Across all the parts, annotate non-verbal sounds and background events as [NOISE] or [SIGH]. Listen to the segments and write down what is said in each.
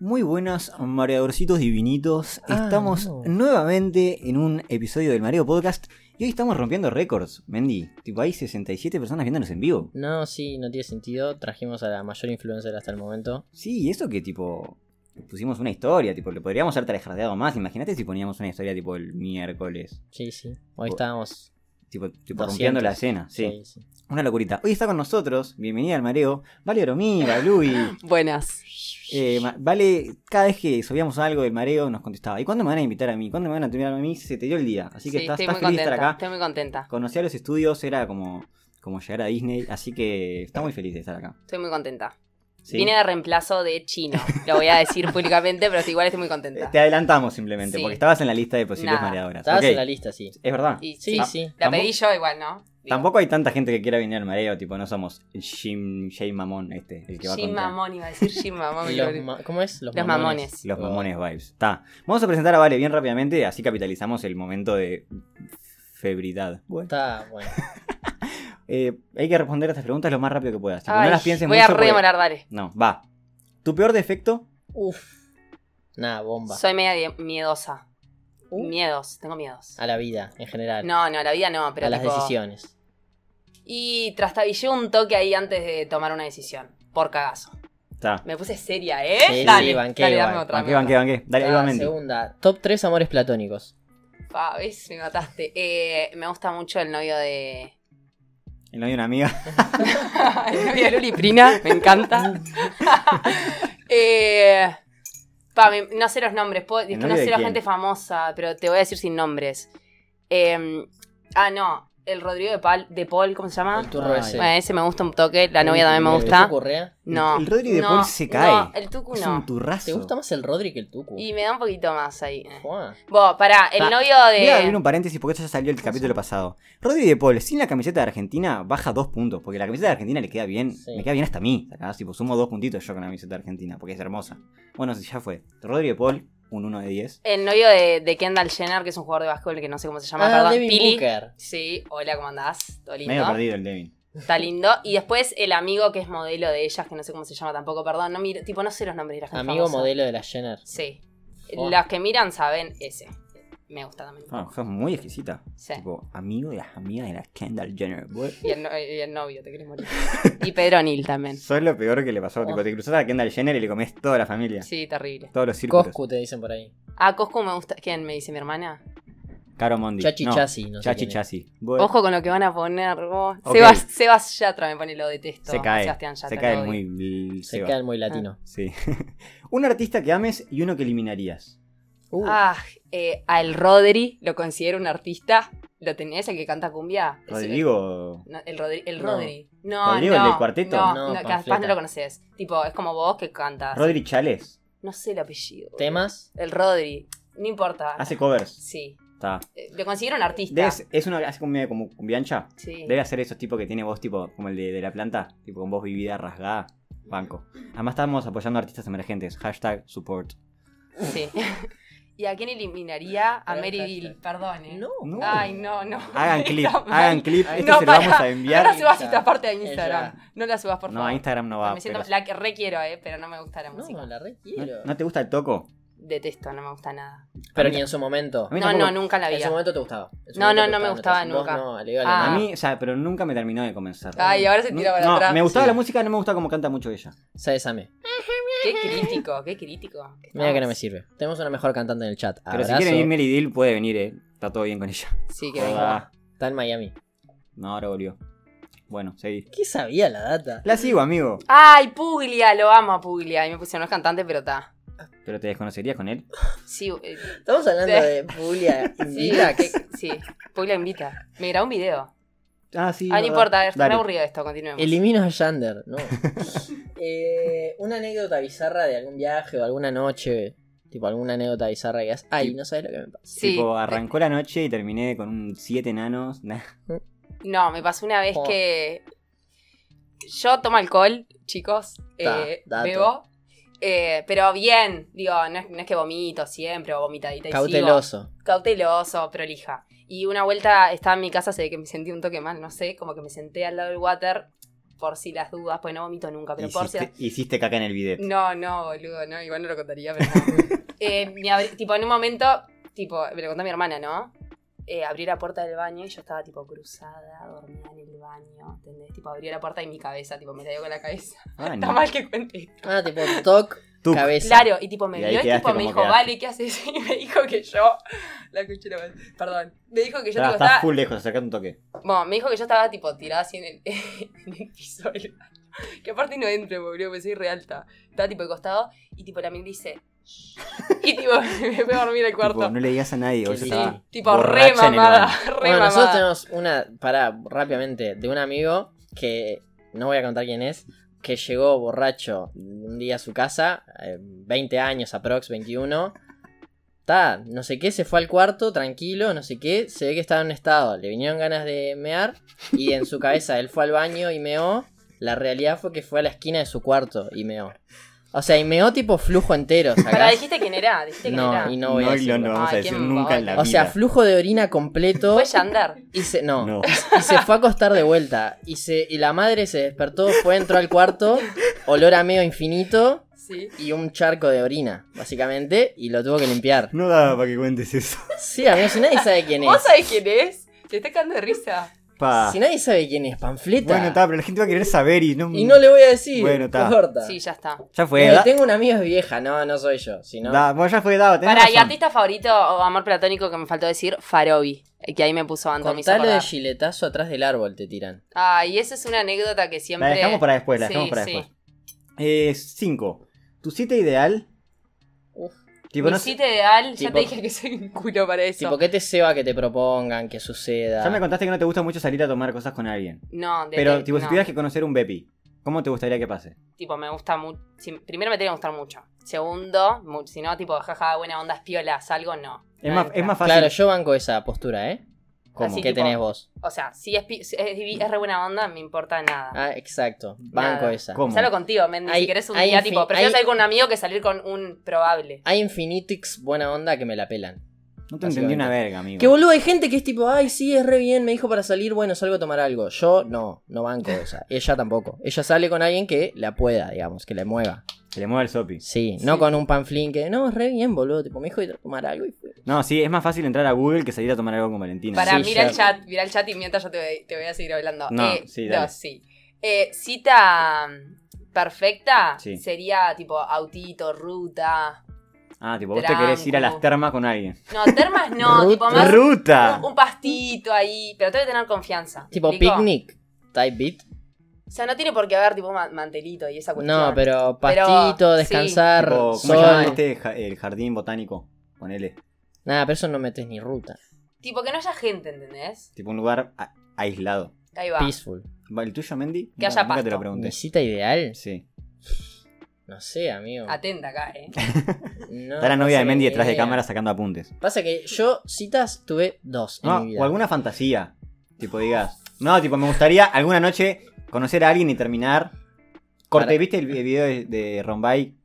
Muy buenas mareadorcitos divinitos. Ah, estamos no. nuevamente en un episodio del Mareo Podcast y hoy estamos rompiendo récords, Mendy. Tipo, hay 67 personas viéndonos en vivo. No, sí, no tiene sentido. Trajimos a la mayor influencer hasta el momento. Sí, y eso que tipo pusimos una historia, tipo, lo podríamos haber trajardeado más. Imagínate si poníamos una historia tipo el miércoles, Sí, sí. Hoy estábamos. tipo, tipo rompiendo 200. la escena, sí. Sí, sí. Una locurita. Hoy está con nosotros, bienvenida al Mareo, Vale Oromira, Luis. Buenas. Eh, ma- vale, cada vez que subíamos algo del mareo nos contestaba, ¿y cuándo me van a invitar a mí? ¿Cuándo me van a invitar a mí? Se te dio el día. Así que Sí, estás, estoy estás feliz muy de contenta. estar acá. Estoy muy contenta. Conocer los estudios era como, como llegar a Disney, así que está muy feliz de estar acá. Estoy muy contenta. ¿sí? Vine de reemplazo de chino. Lo voy [LAUGHS] a decir públicamente, pero igual estoy muy Eh, contenta. Te adelantamos simplemente, Sí. porque estabas en la lista de posibles Nada. mareadoras. Estabas Ok, en la lista, sí. Es verdad. Y Sí, sí, sí. la Tampo- pedí yo igual, ¿no? Digo, Tampoco hay tanta gente que quiera venir al mareo, tipo, no somos Jim, Jay Mamón, este, el que va a Jim contar. Mamón iba a decir Jim Mamón. Los ma- ¿Cómo es? Los mamones. Los Oh. mamones vibes. Está. Vamos a presentar a Vale bien rápidamente, así capitalizamos el momento de febridad. Bueno. Está [LAUGHS] bueno. Eh, hay que responder a estas preguntas lo más rápido que puedas. Tipo, Ay, no las pienses voy mucho. a porque- redemorar, dale. No, va. ¿Tu peor defecto? Uf. Nada, bomba. Soy media die- miedosa. Uh. Miedos, tengo miedos. A la vida, en general. No, no, la vida no, pero a las tipo- decisiones. Y trastabillé un toque ahí antes de tomar una decisión. Por cagazo. Está. Me puse seria, ¿eh? Sí, sí, dale, banqué, dale, igual. dame otra. Banqué, dame banqué, otra. banqué. Dale, ahí va La Mendy. segunda. Top 3 amores platónicos. Pa, ves, me mataste. Eh, me gusta mucho el novio de. El novio de una amiga. el novio de Luli Prina, me [LAUGHS] encanta. Eh, pa, me- no sé los nombres, puedo- es que novio no de sé la quién? gente famosa, pero te voy a decir sin nombres. Eh, ah, no, el Rodrigo de, Pal, de Paul, ¿cómo se llama? El turro Ay. ese. Ah. Bueno, ese me gusta un toque, la novia también me ¿El gusta. Tucu Correa? No. El Rodri de no, Paul se cae. No, el Tucu [LAUGHS] Es no. un turrazo. ¿Te gusta más el Rodri que el Tucu? Y me da un poquito más ahí. Juan. Vos, pará, el Pa, novio de. Voy a abrir Ah, un paréntesis porque esto ya salió el capítulo pasado. Rodri de Paul, sin la camiseta de Argentina, baja dos puntos. Porque la camiseta de Argentina le queda bien. Sí. Me queda bien hasta a mí. ¿sacás? Tipo, sumo dos puntitos yo con la camiseta de Argentina, porque es hermosa. Bueno, ya fue. Rodri de Paul, un 1 de 10. El novio de, de Kendall Jenner, que es un jugador de básquetbol que no sé cómo se llama, Ah, perdón. Ah, Devin Pili. Booker. Sí, hola, ¿cómo andás? Todo lindo. Medio perdido el Devin. Está lindo. Y después el amigo que es modelo de ellas, que no sé cómo se llama tampoco, perdón. No miro, tipo, no sé los nombres de la gente. Amigo famosa. modelo de la Jenner. Sí. Fua. Los que miran saben ese. Me gusta también. Ah, fue muy exquisita. Sí. Tipo, amigo de las amigas de la Kendall Jenner. Bueno, Y el, no- y el novio, te querés morir. y Pedro Nil también. Sos lo peor que le pasó. Tipo, te cruzas a Kendall Jenner y le comes toda la familia. Sí, terrible. Todos los círculos. Coscu te dicen por ahí. Ah, Coscu me gusta. ¿Quién me dice mi hermana? Caro Mondi. Chachi No, Chasi, no sé Chachi quién es. Chasi. Bueno, Ojo con lo que van a poner vos. Ok. Sebas, Sebas Yatra me pone lo detesto. se cae. Sebastián Yatra. se lo cae odio. muy. l- Se va. quedan Ah. muy latino. Sí. [LAUGHS] Un artista que ames y uno que eliminarías. Uh, Ah, eh, al Rodri lo considero un artista. ¿Lo tenés, el que canta cumbia? Es- Rodrigo. No, el Rodri. El No. Rodri. No, ¿Rodrigo, no, el del cuarteto? No, No, no, que panfleta. capaz no lo conoces. Tipo, es como vos que cantas. Rodri Chales. No sé el apellido. temas. El Rodri. No importa. Hace covers. Sí. Está. Eh, Lo considero un artista. Debes- es una hace como medio como cumbiancha. Sí. Debe hacer esos tipos que tiene voz tipo como el de, de la planta, tipo con voz vivida, rasgada, banco. Además estamos apoyando a artistas emergentes. Hashtag support. sí. [LAUGHS] ¿Y a quién eliminaría? A Gran Mary hashtag. Bill, perdón. eh. No. Ay, no, no. [LAUGHS] Hagan clip, Está mal. hagan clip. Esto No, se pará. lo vamos a No enviar. la subas Ella. esta parte a Instagram. No la subas, por no, favor. a Instagram no va. me siento, pero- La que re quiero, eh, pero no me gusta la música. No, la re ¿No, quiero. no te gusta el toco? Detesto, no me gusta nada. Pero ni en su momento. A mí No, tampoco- no, nunca en la En su vida. momento te gustaba. En su No, momento no, te no me Vos gustaba nunca. no, le digo Ah. A mí, o sea, pero nunca me terminó de convencer. Ay, ahora se Nu- tira para no, atrás. me gustaba Sí. la música, no me gusta cómo canta mucho ella. Sabes a mí. Qué crítico, qué crítico. Mira que no me sirve. Tenemos una mejor cantante en el chat. Pero si Abrazo. quieren ir Mary Deal, puede venir, eh. Está todo bien con ella. Sí, que venga. Ah, Está en Miami. no, ahora volvió. Bueno, seguí. ¿Qué sabía la data? La sigo, amigo. Ay, Puglia, lo amo a Puglia. Y me pusieron los cantantes, pero está. ¿Pero te desconocerías con él? Sí, eh, Estamos hablando Sí. de Julia. [LAUGHS] sí, Invita. que- sí. Puglia invita. Me grabó un video. Ah, sí. Ah, no verdad. importa, a ver, está Dale. aburrido esto, continuemos. Elimino a Yander. No. [LAUGHS] Eh, una anécdota bizarra de algún viaje o alguna noche. Tipo, alguna anécdota bizarra que digas. Ay, no sabes lo que me pasa. Sí. Tipo, arrancó la noche y terminé con un siete enanos. Nah. No, me pasó una vez Oh. que yo tomo alcohol, chicos, Ta, eh, dato. bebo, eh, pero bien, digo, no es, no es que vomito siempre o vomitadita y sigo. Cauteloso. Cauteloso, prolija. Y una vuelta estaba en mi casa, se ve que me sentí un toque mal, no sé, como que me senté al lado del water por si las dudas, pues no vomito nunca, pero por si Hiciste, hiciste caca en el bidet. No, no, boludo, no, igual no lo contaría, pero [LAUGHS] no. Eh, me abrí- tipo, en un momento, tipo, me lo contó mi hermana, ¿no? Eh, abrí la puerta del baño y yo estaba tipo cruzada, dormida en el baño, ¿entendés? Tipo, abrió la puerta y mi cabeza, tipo, me salió con la cabeza. Ah, Está ni- mal que cuente esto. Ah, tipo, toc, Tuc. cabeza. Claro, y tipo me Y ahí vio y quedaste tipo me como dijo, quedaste. vale, ¿qué haces? [LAUGHS] Y me dijo que yo. La cuchara, perdón. Me dijo que yo Pará, estás tipo, estaba. full lejos, acercate un toque. Bueno, me dijo que yo estaba tipo tirada así en el, [LAUGHS] en el piso del baño. Que aparte no entro, porque creo que soy re alta. Estaba tipo de costado y tipo la miré y dice. "Shh". Y tipo [LAUGHS] me fue a dormir al cuarto. Tipo, no le digas a nadie, Qué vos Sí, estaba tipo re borracha en el mamada. baño. Re Bueno, mamada. nosotros tenemos una, pará, rápidamente, de un amigo que no voy a contar quién es, que llegó borracho un día a su casa, eh, 20 años aprox, 21. Ta, no sé qué, se fue al cuarto, tranquilo, no sé qué, se ve que estaba en un estado, le vinieron ganas de mear y en su cabeza él fue al baño y meó. La realidad fue que fue a la esquina de su cuarto y meó. O sea, y meó tipo flujo entero, Pará, ¿sacás? dijiste quién era, dijiste quién era. No, y no voy a No, y decirlo. no, no vamos a Ay, decir qué nunca en la vida. O sea, flujo de orina completo. Fue Yandar. Y se, no, No. y se fue a acostar de vuelta. Y, se, y la madre se despertó, fue, entró al cuarto, olor a medio infinito Sí. y un charco de orina, básicamente, y lo tuvo que limpiar. No daba para que cuentes eso. Sí, amigo, si nadie sabe quién ¿Vos es. sabés quién es? Te está cagando de risa. Pa. [LAUGHS] Si nadie sabe quién es, panfleta. Bueno, está, pero la gente va a querer saber y no. y no le voy a decir. Bueno, ta. corta. Sí, ya está. Ya fue, Eh, da- tengo una amiga es vieja, no, no soy yo, sino da- bueno, ya fue dado. tenés Para, y razón. artista favorito o amor platónico que me faltó decir, Farobi. eh, Que ahí me puso Anto, me hizo cortalo de acordar. giletazo atrás del árbol te tiran. Ay, esa es una anécdota que La siempre. dejamos para después, la Sí, dejamos para sí. después. Eh, cinco. Tu cita ideal. Uf. Tipo, Mi no sé- cita ideal, ya Tipo- te dije que soy un culo para eso. Tipo, ¿qué te ceba que te propongan, que suceda? Ya me contaste que no te gusta mucho salir a tomar cosas con alguien. No, de- Pero, de- tipo, si no. tuvieras que conocer un Bepi, ¿cómo te gustaría que pase? Tipo, me gusta mucho. Primero me tiene que gustar mucho. Segundo, mu- si no, tipo, jaja, buena onda, es piola, salgo, no. Es No más, me es más gusta. fácil. Claro, yo banco esa postura, ¿eh? ¿Cómo? Así. ¿Qué tipo- tenés vos? O sea, si es, pi- si es, divi- es re buena onda, me importa nada. Ah, exacto, banco Nada. esa. ¿Cómo? Salgo contigo, Mendy, Hay- si querés un hay día, infin- tipo, prefiero hay- salir con un amigo que salir con un probable. Hay infinitix buena onda que me la pelan. No te entendí una básicamente. verga, amigo. Que boludo, hay gente que es tipo, ay, sí, es re bien, me dijo para salir, bueno, salgo a tomar algo. Yo no, no [LAUGHS] banco esa. Ella tampoco. Ella sale con alguien que la pueda, digamos, que la mueva. Se le mueve el sopi. Sí, Sí. no con un panflín que, no, es re bien, boludo, tipo, me dijo ir a tomar algo y fue. No, sí, es más fácil entrar a Google que salir a tomar algo con Valentina. Para, Sí, mira ya. el chat, mira el chat y mientras yo te voy, te voy a seguir hablando. No, Eh, sí, no, dale. sí. Eh, cita mm, perfecta Sí. sería tipo autito, ruta. Ah, tipo, vos Tranco. te querés ir a las termas con alguien. No, termas no, Ru- tipo más ¡Ruta! un, un pastito ahí, pero tengo que tener confianza. Tipo, ¿explico? picnic, type beat. O sea, no tiene por qué haber tipo ma- mantelito y esa cuestión. No, pero Pero, pastito, sí. descansar, Tipo, ¿Cómo se llama sol. este ja- el jardín botánico? Ponele. Nada, pero eso no metes ni ruta. Tipo que no haya gente, ¿entendés? Tipo un lugar a- aislado. Ahí va. Peaceful. Va, ¿El tuyo, Mendy? Que Nunca- Nunca haya te pasto. lo ¿Mi pregunté. cita ideal? Sí. No sé, amigo. Atenta acá, eh. No, Está la no novia de sé Mendy ni detrás de idea. cámara sacando apuntes. Pasa que yo citas tuve dos en No, mi vida. Ah, o alguna fantasía. Tipo, digas. No, tipo, me gustaría alguna noche conocer a alguien y terminar. Corte, Para- ¿viste el vi- el video de, de Rombay?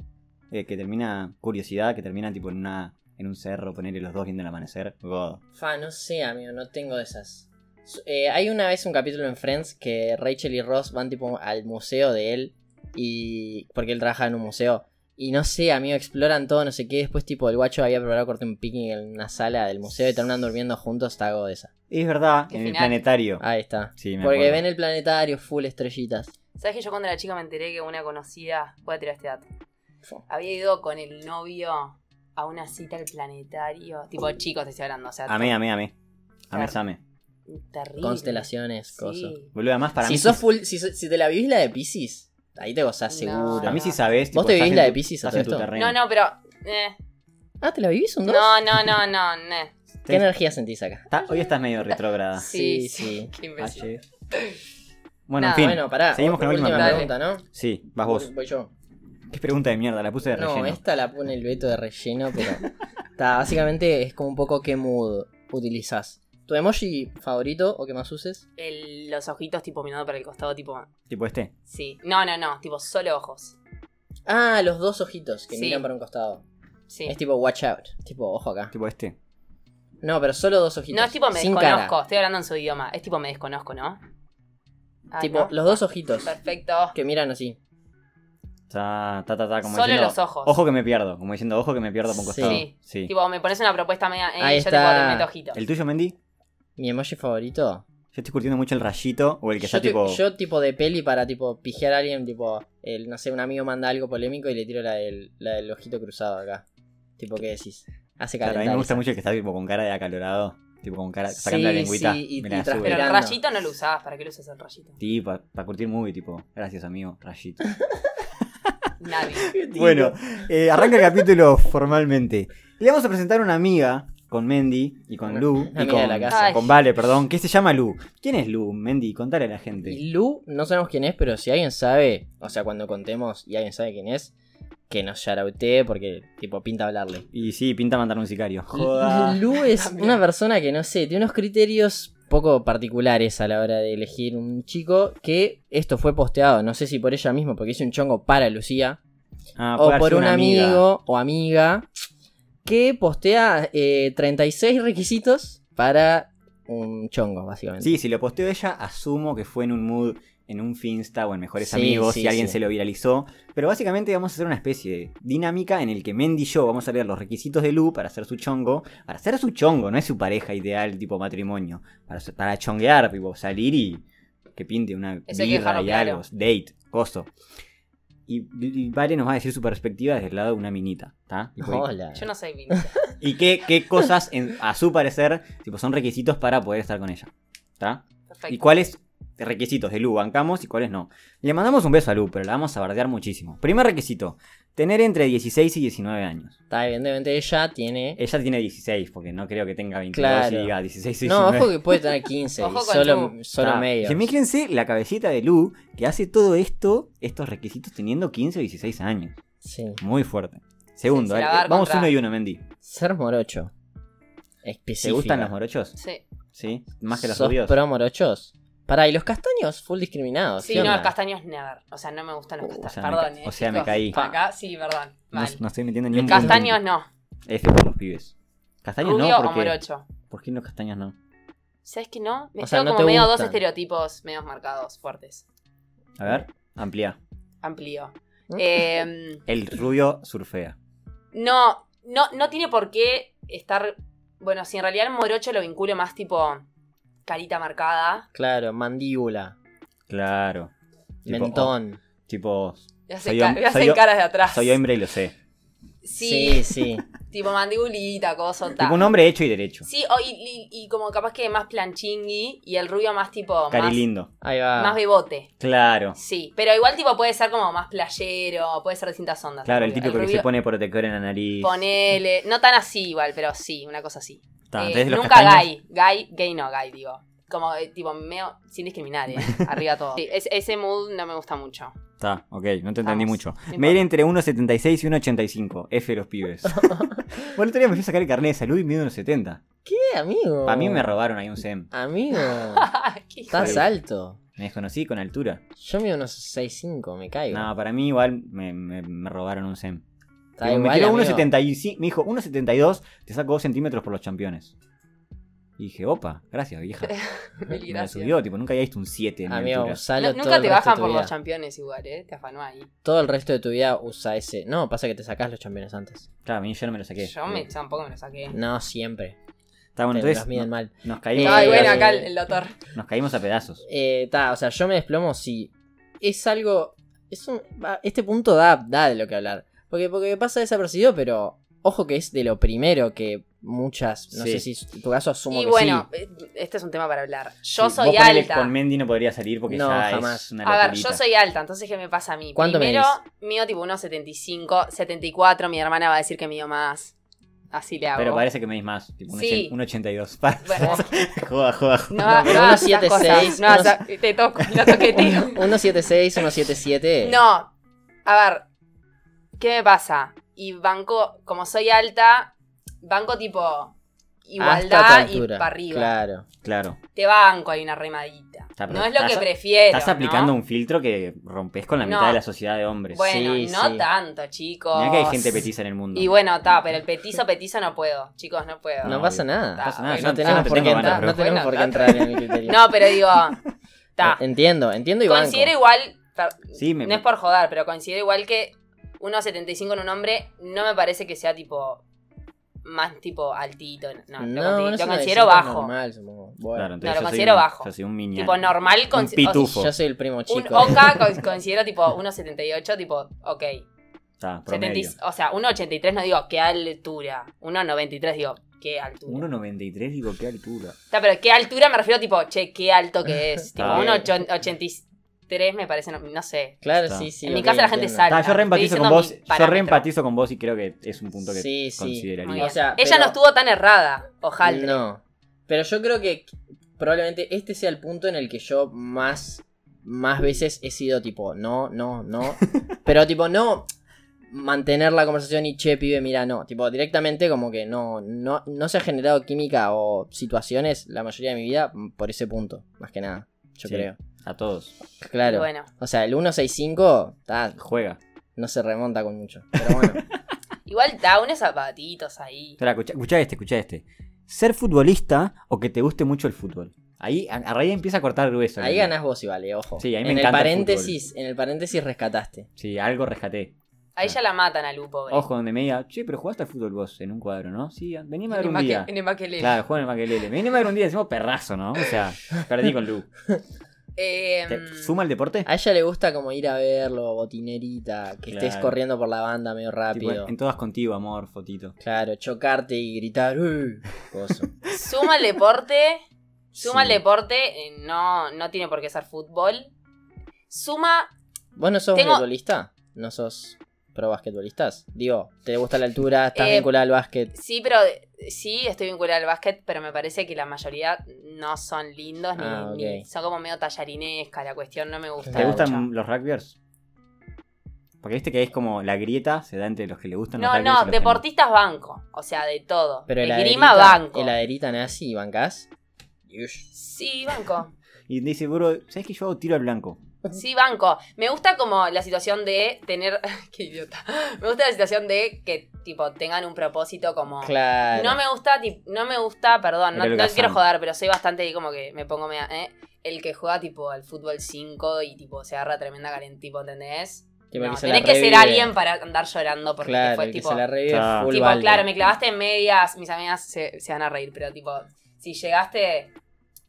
Eh, que termina curiosidad, que termina tipo en una. en un cerro, ponerle los dos viendo el amanecer. God. Fa, no sé, amigo, no tengo de esas. S- eh, hay una vez un capítulo en Friends que Rachel y Ross van tipo al museo de él y porque él trabaja en un museo y no sé, amigo, exploran todo, no sé qué, después tipo el guacho había preparado corte un picnic en una sala del museo y terminan durmiendo juntos, está algo de esa. Es verdad, Qué en el final. planetario. Ahí está. Sí, me Porque acuerdo. ven el planetario full estrellitas. ¿Sabes que yo cuando era chica me enteré que una conocida. Voy a tirar este dato. Fu. Había ido con el novio a una cita al planetario. Tipo, chicos, te estoy hablando. O sea, Amé, amé, amé. Amé, Claro. amé. terrible. Constelaciones, cosas. Sí. Boludo, además para si mí. sos full, si, so- si te la vivís la de Pisces, ahí te gozás No. seguro. Para mí, si No. sabes. ¿Vos te vivís la de Piscis Pisces a estás en todo tu esto? terreno. No, no, pero. eh, Ah, ¿te la vivís un 2? No, no, no, no, no. ¿Qué energía sentís acá? Está- hoy estás medio [LAUGHS] retrógrada. Sí, Sí, sí. sí. Qué imbécil. Ayer. Bueno, Nada, en fin. Bueno, pará. Seguimos con la última pregunta, ¿no? Sí, vas vos. Voy yo. Qué pregunta de mierda, la puse de relleno. No, este. esta la pone el veto de relleno, pero. Está, básicamente es como un poco qué mood utilizás. ¿Tu emoji favorito o que más uses? El- los ojitos, tipo, mirando para el costado, tipo. Tipo este. Sí. No, no, no. Tipo, solo ojos. Ah, los dos ojitos que Sí. miran para un costado. Sí. Es tipo watch out, tipo ojo acá. Tipo este. No, pero solo dos ojitos. No, es tipo me sin desconozco, cara. estoy hablando en su idioma. Es tipo me desconozco, ¿no? Ah, tipo, no. los dos ojitos Perfecto. que miran así. Ta, ta, ta, ta, como Solo diciendo, los ojos. Ojo que me pierdo. Como diciendo, ojo que me pierdo por un Sí. costado. Sí. Sí. Tipo, me pones una propuesta media. eh, Ahí yo te está. puedo meter ojitos. ¿El tuyo, Mendy? Mi emoji favorito. Yo estoy curtiendo mucho el rayito o el que yo, está ti- tipo. yo tipo de peli para tipo pijear a alguien, tipo, el, no sé, un amigo manda algo polémico y le tiro la del, la del ojito cruzado acá. Tipo, ¿qué decís? Hace Claro, calentar. a mí me gusta [LAUGHS] esa. mucho el que está tipo con cara de acalorado. Tipo con cara. Sacando Sí, la lengüita. sí, y- me y la tras- sube. Pero el Esperando. rayito no lo usabas. ¿Para qué lo usas el rayito? Sí, para curtir muy, tipo. Gracias, amigo. Rayito. Nadie. Bueno, eh, arranca el capítulo formalmente. Le vamos a presentar una amiga con Mendy y con Una- Lu. una y amiga con, de la casa. con Vale, perdón. Que se llama Lu. ¿Quién es Lu? Mendy, contale a la gente. Y Lu, no sabemos quién es, pero si alguien sabe, o sea, cuando contemos y alguien sabe quién es, que nos yarautee porque, tipo, pinta hablarle. Y sí, pinta matar a un sicario. L- [LAUGHS] Lu Ah, es También. una persona que, no sé, tiene unos criterios poco particulares a la hora de elegir un chico que esto fue posteado, no sé si por ella misma, porque hizo un chongo para Lucía, Ah, puede o haber por sido un una amiga. amigo o amiga que postea eh, 36 requisitos para un chongo, básicamente. Sí, si lo posteó ella, asumo que fue en un mood, en un Finsta o en Mejores Sí, Amigos, sí, si alguien sí. se lo viralizó. Pero básicamente vamos a hacer una especie de dinámica en el que Mendy y yo vamos a leer los requisitos de Lu para hacer su chongo. Para hacer su chongo, no es su pareja ideal tipo matrimonio. Para, hacer- para chonguear, tipo salir y que pinte una Eso hay que birra dejarlo y claro. algo, date, coso. Y, y Vale nos va a decir su perspectiva desde el lado de una minita, ¿tá? Tipo, y- Hola. Yo no soy vintage. [LAUGHS] Y qué, qué cosas, en- a su parecer, tipo, son requisitos para poder estar con ella, ¿tá? y Perfecto. cuáles requisitos de Lu bancamos y cuáles no. Le mandamos un beso a Lu, pero la vamos a bardear muchísimo. Primer requisito, tener entre 16 y 19 años. Está, evidentemente ella tiene... Ella tiene 16, porque no creo que tenga 22 Claro. y diga 16 y No, 19. [LAUGHS] ojo que puede tener 15 y [LAUGHS] Ojo con solo, Está. solo medio. Que mírense la cabecita de Lu, que hace todo esto, estos requisitos teniendo 15 o 16 años. Sí. Muy fuerte. Segundo, Sí, dale, se la va a dar vamos contra- uno y uno, Mendy. Ser morocho. ¿Te Específica. gustan los morochos? Sí. Sí, más que los ¿Sos judíos. pro morochos? Pará, ¿y los castaños? Full discriminados. Sí, ¿qué no, onda? los castaños never. O sea, no me gustan los Uh, castaños. o sea, me ca- o sea, perdón. eh, me chicos. caí. Acá sí, perdón. No, Mal. no estoy metiendo ni un punto. castaños no. F por los pibes. Castaños Rubio no, o porque. morocho. ¿Por qué los castaños no? ¿Sabes que no? Me O sea, quedo no como te medio dos gustan. estereotipos medios marcados, fuertes. A ver, amplía. Amplío. ¿Mm? Eh, [LAUGHS] El rubio surfea. no, no, no tiene por qué estar. Bueno, si en realidad el morocho lo vinculo más tipo carita marcada. Claro, mandíbula, Claro. Tipo, mentón. oh, tipo, Le hacen, Soy ca- hom- le hacen soy ho- caras de atrás. soy hombre y lo sé. sí, Sí, sí. tipo mandibulita, cosa tal. Tipo un hombre hecho y derecho. Sí, o- y, y- y como capaz que más planchingi y el rubio más tipo. Cari Más, lindo. Ahí va. [LAUGHS] más bebote. Claro. Sí, pero igual tipo puede ser como más playero, puede ser distintas ondas. Claro, el Rubio- típico que rubio- se pone protector en la nariz. Ponele, no tan así igual, pero sí, una cosa así. Ta, Eh, entonces los nunca castaños- gay, gay, gay no, gay, digo. Como, eh, tipo, medio, sin [LAUGHS] discriminar, eh, arriba todo. Sí, es- ese mood no me gusta mucho. [LAUGHS] Ta, ok, no te entendí Vamos, mucho. no Me importa. iré entre 1,76 y 1,85. F los [LAUGHS] pibes. bueno, el otro día me fui a sacar el carnet de salud y mido 1,70. ¿Qué, Eh, amigo? Para mí Oh. me robaron ahí un CEM. Amigo, [LAUGHS] Qué hijo estás de- alto. Me desconocí con altura. Yo mido unos 6'5, me caigo. No, para mí igual me, me- me robaron un CEM. Está Digo, igual, me tiró amigo. 1,75. Me dijo, 1,72, te saco 2 centímetros por los campeones. Y dije, opa, gracias, [LAUGHS] vieja. de- Me mil la gracias. subió, tipo, nunca había visto un 7 en mi Amigo, altura. usalo No- todo nunca el resto de te bajan tu por vida. los campeones igual, eh, te afanó ahí. Todo el resto de tu vida usa ese. No, pasa que te sacás los championes antes. Claro, a mí yo no me lo saqué. Mm. Yo me, tampoco me lo saqué. No, siempre. Está bueno, Te entonces los miden no- mal. nos caímos, Eh, Ay, a bueno, pedazos, acá el, el doctor. nos caímos a pedazos. Eh, ta, o sea, yo me desplomo si es algo. Es un, va, este punto da, da de lo que hablar. Porque, porque pasa desapercibido, pero ojo que es de lo primero que muchas. No Sí. sé si en tu caso asumo Y que bueno, sí. eh, este es un tema para hablar. Yo Sí, soy vos ponele, alta. Con Mendy no podría salir porque No, ya jamás. es una A ver, locurita. yo soy alta, entonces ¿qué me pasa a mí? ¿Cuánto Primero, medís? mío tipo 1,75, 74, mi hermana va a decir que mío más. Así le hago. Pero parece que me dis más, tipo un Sí. ochen- un 82. [LAUGHS] Para, Bueno, joda, joda, joda. No, Pero no, no uno hagas siete, esas cosas. seis, No uno hagas- te toco, [LAUGHS] no toqueteo. 176, 177. No, a ver, ¿qué me pasa? Y banco, como soy alta, banco tipo igualdad y para arriba. Claro. Ah, Claro, Te banco hay una remadita. Está, pero No es lo que estás- prefiero. estás aplicando ¿no? un filtro que rompes con la No. mitad de la sociedad de hombres. Bueno, Sí, no sí. tanto, chicos. Mirá que hay gente petiza en el mundo. Y bueno, está, pero el petizo, petizo no puedo, chicos, no puedo. No, No, pasa obvio. nada. pasa nada, Ah, yo No bueno, yo tenemos te por qué tengo ganas, entrar, bro. no tenemos Bueno, [LAUGHS] por qué ta- entrar en mi criterio. No, pero digo, [LAUGHS] Ta. Entiendo, entiendo y Considero banco. igual, per- Sí, me, no es por joder, pero considero igual que 1.75 en un hombre no me parece que sea tipo más tipo altito. No, No, lo, no consi- es lo una considero decisión bajo. normal, supongo. Bueno. claro, entonces lo yo soy considero un- bajo. Yo soy un miniano. Tipo normal, Un consi- o sea, pitufo. Yo soy el primo Un chico. Oka con- considero tipo 1.78, tipo, ok. Está, 70 y- promedio. o sea, 1.83 no digo qué altura. 1.93 digo qué altura. 1.93, digo, qué altura. Está, pero qué altura me refiero tipo, che, qué alto [LAUGHS] que es. tipo, Ah. 1.83 me parece, no, no sé. Claro, Está. sí, sí. En mi ok, casa la gente entiendo. sale. Está, yo Estoy reempatizo diciendo con vos. mi Yo parámetro. reempatizo con vos y creo que es un punto que Sí, sí. Muy consideraría. bien. O sea, Ella pero- no estuvo tan errada, ojalá. No. Pero yo creo que probablemente este sea el punto en el que yo más, más veces he sido tipo, no, [LAUGHS] no, no. pero tipo, no mantener la conversación y che, pibe, mira, no. Tipo, directamente como que no, no, no se ha generado química o situaciones la mayoría de mi vida por ese punto, más que nada. Yo Sí. creo. A todos. Claro. Bueno, O sea, el 165 ta, Juega. no se remonta con mucho. Pero [LAUGHS] bueno. igual da unos zapatitos ahí. Espera, escucha, escucha este, escucha este. Ser futbolista o que te guste mucho el fútbol. Ahí, a, a raíz empieza a cortar grueso. Ahí Lina. ganás vos, vale, ojo. Sí, ahí me en el encanta el paréntesis, en el paréntesis rescataste. Sí, algo rescaté. A ella la matan a Lupo, pobre. Ojo, donde me diga, che, pero jugaste al fútbol vos en un cuadro, ¿no? Sí, venime a ver En un el día. maque- en el maquelele. Claro, juega en el Maquelele. Venime a ver un día, decimos perrazo, ¿no? O sea, perdí con [LAUGHS] Lu. Eh, ¿Te- ¿Suma el deporte? A ella le gusta como ir a verlo, botinerita, que estés Claro. corriendo por la banda medio Tipo, rápido. en todas contigo, amor, fotito. Claro, chocarte y gritar. "Uh", [LAUGHS] coso. suma [LAUGHS] el deporte. Suma Sí. el deporte. eh, No, no tiene por qué ser fútbol. Suma. ¿Vos no sos Tengo- basquetbolista? ¿No sos pro basquetbolistas? Digo, ¿te gusta la altura? ¿Estás Eh, vinculada al básquet? Sí, pero sí, estoy vinculada al básquet, pero me parece que la mayoría no son lindos ni, Ah, ok. ni- son como medio tallarinesca. La cuestión no me gusta. ¿Te Claro. gustan mucho. los rugbyers? Porque viste que es como la grieta se da entre los que le gustan los No, rugbyers. y no, los que deportistas banco. O sea, de todo. Pero Esgrima heladerita, banco. heladerita nazi y bancás. Yush. Sí, banco. Y dice, bro, ¿sabes que yo hago tiro al blanco? Sí, banco. Me gusta como la situación de tener. [LAUGHS] Qué idiota. Me gusta la situación de que, tipo, tengan un propósito como. Claro. No me gusta, tip- no me gusta, perdón, no, Era el no Gazán. quiero joder, pero soy bastante como que me pongo media, ¿eh? El que juega tipo al fútbol 5 y tipo se agarra tremenda calen, tipo, ¿entendés? Tipo, no, se la tenés que ser revive. alguien para andar llorando porque Claro, fue el que tipo. se la revive Ah. full Tipo, balde. claro, me clavaste en medias, mis amigas se, se van a reír, pero tipo, si llegaste,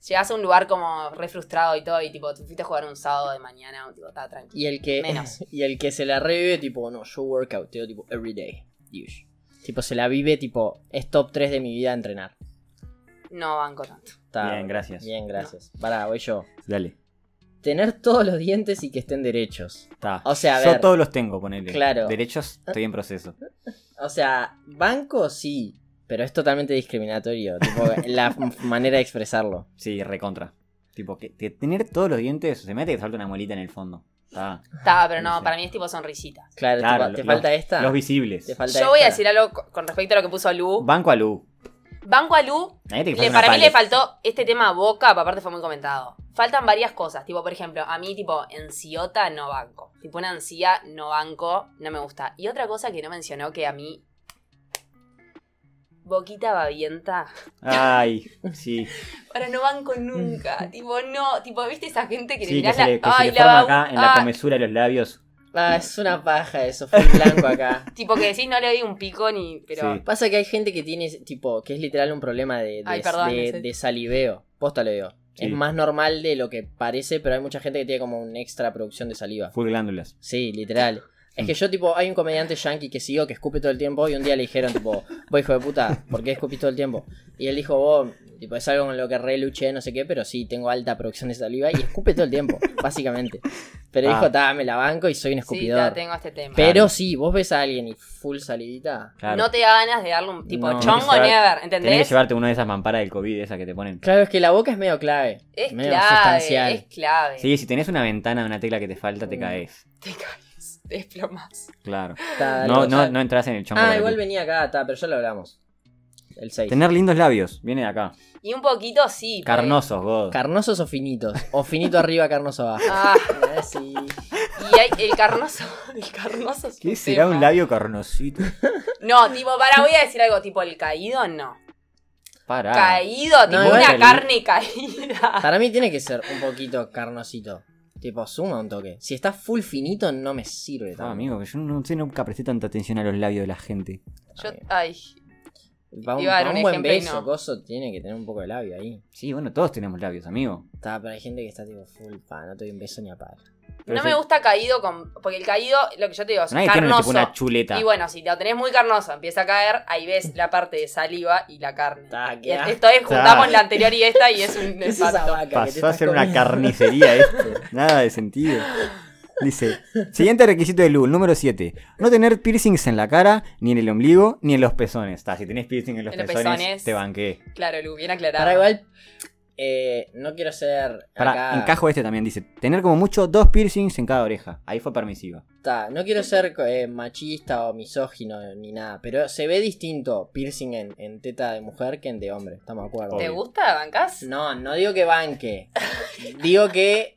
llegaste a un lugar como re frustrado y todo, y tipo, tú fuiste a jugar un sábado de mañana, tipo, está tranquilo. Y el que, Menos. [LAUGHS] y el que se la revive, tipo, no, yo workouteo, tipo, every day. Yush. Tipo, se la vive, tipo, es top 3 de mi vida entrenar. No banco tanto. Está- Bien, gracias. Bien, gracias. Pará, voy yo. Dale. Tener todos los dientes y que estén derechos. Está. O sea, a yo ver. todos los tengo, ponele. Claro. Derechos, estoy en proceso. O sea, banco sí, pero es totalmente discriminatorio. Tipo, [LAUGHS] la f- manera de expresarlo. Sí, recontra. Tipo, que, que tener todos los dientes, se mete que salta una molita en el fondo. Está. Está, pero No no, sé. para mí es tipo sonrisita. Claro, Claro, tipo, ¿te los- falta esta? Los visibles. ¿Te falta Yo voy a esta? decir algo co- con respecto a lo que puso Lu. Banco a Lu. Banco a Lu, Nadie te le- falta una para mí pala. le faltó este tema a Boca, aparte fue muy comentado. Faltan varias cosas, tipo, por ejemplo, a mí, tipo, enciota no banco. Tipo, una ansía no banco, no me gusta. Y otra cosa que no mencionó que a mí... Boquita babienta. Ay, sí. Ahora no banco [LAUGHS] nunca. tipo, no. Tipo, ¿viste esa gente [LAUGHS] que le Sí, que mirás se la. le, que se Ay, le forma la babu- acá en la ah, comesura de los labios. Ah, es una paja eso, fue blanco [LAUGHS] acá. Tipo que decís no le doy un pico ni. Pero. Sí. Pasa que hay gente que tiene, ese tipo, que es literal un problema de, de, Ay, perdón, de- ese. de saliveo. Posta lo digo. Sí. Es más normal de lo que parece, pero hay mucha gente que tiene como una extra producción de saliva. Full glándulas. Sí, literal. Es que yo, tipo, hay un comediante yankee que sigo que escupe todo el tiempo y un día le dijeron, tipo, vos hijo de puta, ¿por qué escupís todo el tiempo? Y él dijo, vos, tipo, es algo con lo que re luché, no sé qué, pero sí, tengo alta producción de saliva y escupe todo el tiempo, [LAUGHS] básicamente. Pero Ah. dijo, ta, me la banco y soy un Sí, escupidor. ta, tengo este tema. Pero sí, vos ves a alguien y full salivita. Claro. No te da ganas de darle un. Tipo, No. chongo Tenés que never, Tenés que ¿entendés? llevarte una de esas mamparas del COVID, esas que te ponen. Claro, es que la boca es medio clave. Es medio clave, sustancial. es clave. Sí, si tenés una ventana de una tecla que te falta, te Mm. caes. Te caes, te desplomas. Claro. Está, No, loco. no, no entras en el chongo. Ah, para igual ti. venía acá, está, pero ya lo hablamos. El 6. Tener lindos labios, viene de acá. Y un poquito sí. eh, pues. Carnosos, God. ¿Carnosos o finitos? O finito arriba, carnoso abajo. Ah, Ah, sí. y hay el carnoso. [LAUGHS] El carnoso es ¿Qué un será tema. un labio carnosito? No, tipo, para, voy a decir algo. Tipo, el caído no. Pará. Caído, tipo igual una el- carne caída. [LAUGHS] Para mí tiene que ser un poquito carnosito. Tipo, suma un toque. Si está full finito, no me sirve. Ah, tanto. amigo, que yo no sé, nunca presté tanta atención a los labios de la gente. Yo, ay, Va un, Iba a dar pa' un un buen ejemplo y beso, no. coso, tiene que tener un poco de labio ahí. Sí, bueno, todos tenemos labios, amigo. Está, pero hay gente que está tipo full pa, no te doy un beso ni a par. Pero no si- me gusta caído con. Porque el caído, lo que yo te digo, es Nadie tiene carnoso. tipo una chuleta. Y bueno, si lo tenés muy carnoso, empieza a caer, ahí ves la parte de saliva y la carne. Ta, Y qué asco. esto es, juntamos Ta. la anterior y esta y [LAUGHS] es un ¿Qué es esa espanto. vaca que te Pasó a estás ser una comiendo? carnicería [LAUGHS] esto. Nada de sentido. Dice, siguiente requisito de Lu, número 7. No tener piercings en la cara, ni en el ombligo, ni en los pezones. Está, si tenés piercing en los, En los pezones, pezones. te banqué. Claro, Lu, bien aclarado. Para igual, eh, no quiero ser. Para, acá- encajo este también, dice, tener como mucho dos piercings en cada oreja. Ahí fue permisiva. Ta, no quiero ser eh, machista o misógino ni nada, pero se ve distinto piercing en, en teta de mujer que en de hombre, estamos de acuerdo. ¿Te Obvio. gusta? ¿Bancás? No, no digo que banque. digo que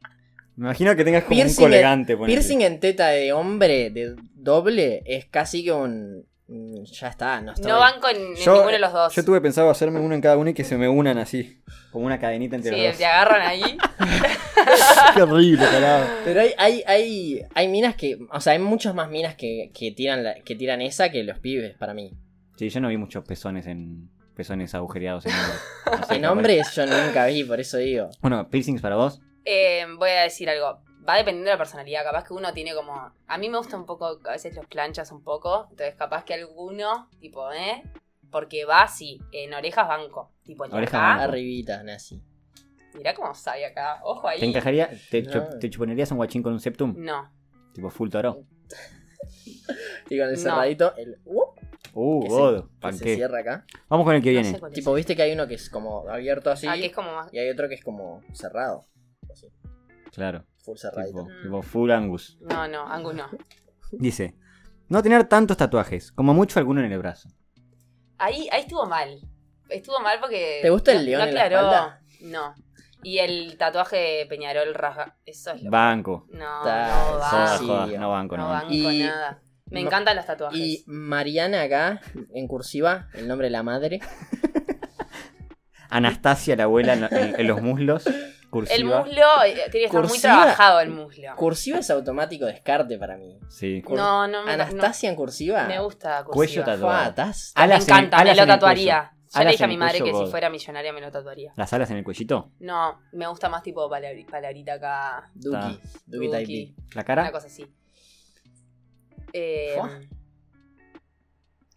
Me imagino que tengas como Piercing un en- colgante. ponele. piercing en teta de hombre, de doble, es casi que un. mm, Ya está, no está. No van con en ninguno de los dos. Yo tuve pensado hacerme uno en cada uno y que se me unan así. Como una cadenita entre sí, los dos. te agarran ahí. [LAUGHS] Qué horrible, carajo. Pero hay, hay, hay, hay minas que. O sea, hay muchas más minas que, que tiran la- que tiran esa que los pibes, para mí. Sí, yo no vi muchos pezones en. pezones agujereados en hombres. No sé, En capaz- hombres yo nunca vi, por eso digo. Bueno, piercings para vos. Eh, voy a decir algo. Va dependiendo de la personalidad. Capaz que uno tiene como. A mí me gusta un poco, a veces los planchas un poco. Entonces, capaz que alguno, tipo, ¿eh? Porque va así, en orejas banco. Tipo, el de Oreja acá. banco. Arribita, nazi. Mirá cómo sabe acá. Ojo ahí. ¿Te encajaría? ¿Te, No. chup- te chuponerías un guachín con un septum? No. Tipo full toro. Y con el No. cerradito, el. uh, Uh, que se- godo. que se Panqué. cierra acá. Vamos con el que No viene. sé cuál es. Tipo, viste que hay uno que es como abierto así. Ah, que es como más. Y hay otro que es como cerrado. así, Claro. full cerradito. Mm. Tipo, tipo full angus. No, no, Angus no. Dice. No tener tantos tatuajes, como mucho alguno en el brazo. Ahí, ahí estuvo mal. Estuvo mal porque. ¿Te gusta el no- león No en la aclaró. espalda? No. Y el tatuaje de Peñarol rasga. Eso es lo. Banco. No, Ta- no Ah, Joda, va. sí, joda, yo. No banco, no No banco. banco Y- nada. Me no- encantan los tatuajes. Y Mariana acá, en cursiva, el nombre de la madre. Anastasia, la abuela, en, en- en los muslos. Cursiva. [LAUGHS] El muslo eh, tiene que estar muy Cursiva. trabajado el muslo. Cursiva es automático descarte para mí. Sí. Ah. No, no me Anastasia en cursiva. no, me gusta Cuello cursiva. Fua, tatuado. tas- Ah, Alas me en el- encanta, me alas lo en el tatuaría. cuello. Yo le Alas dije a en mi el madre cuello, que si God. fuera millonaria me lo tatuaría. ¿Las alas en el cuellito? No, me gusta más tipo palabri- palabrita acá. Duki. Duki Duki. Taipi. ¿La Una cara? cosa así. Eh, Fua.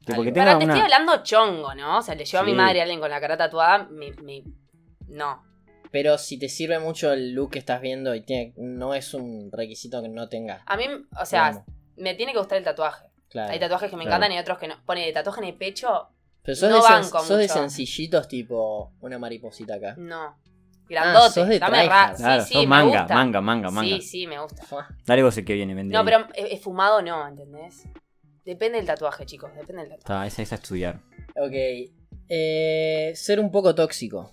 Tipo que Algo. tenga para, te estoy una... hablando chongo, ¿no? O sea, le llevo a mi Sí. madre a alguien con la cara tatuada, me, me- No. Pero si te sirve mucho el look que estás viendo y tiene, no es un requisito que no tenga. A mí, o sea, Digamos, me tiene que gustar el tatuaje. claro. Hay tatuajes que me Claro. encantan y otros que no. Pone de tatuaje en el pecho, Pero sos, no de, sen- banco sos de mucho. sencillitos tipo una mariposita acá. Ah, [LAUGHS] No. Grandote. sos de dame tryhard. ra- Claro, sí, sos sí, me manga, gusta. manga, manga, manga. Sí, sí, me gusta. Fua. Dale vos el que viene, vende No, ahí. pero eh, eh, fumado no, ¿entendés? Depende del tatuaje, chicos. Depende del tatuaje. Está, esa es a estudiar. Ok. Eh, ser un poco tóxico.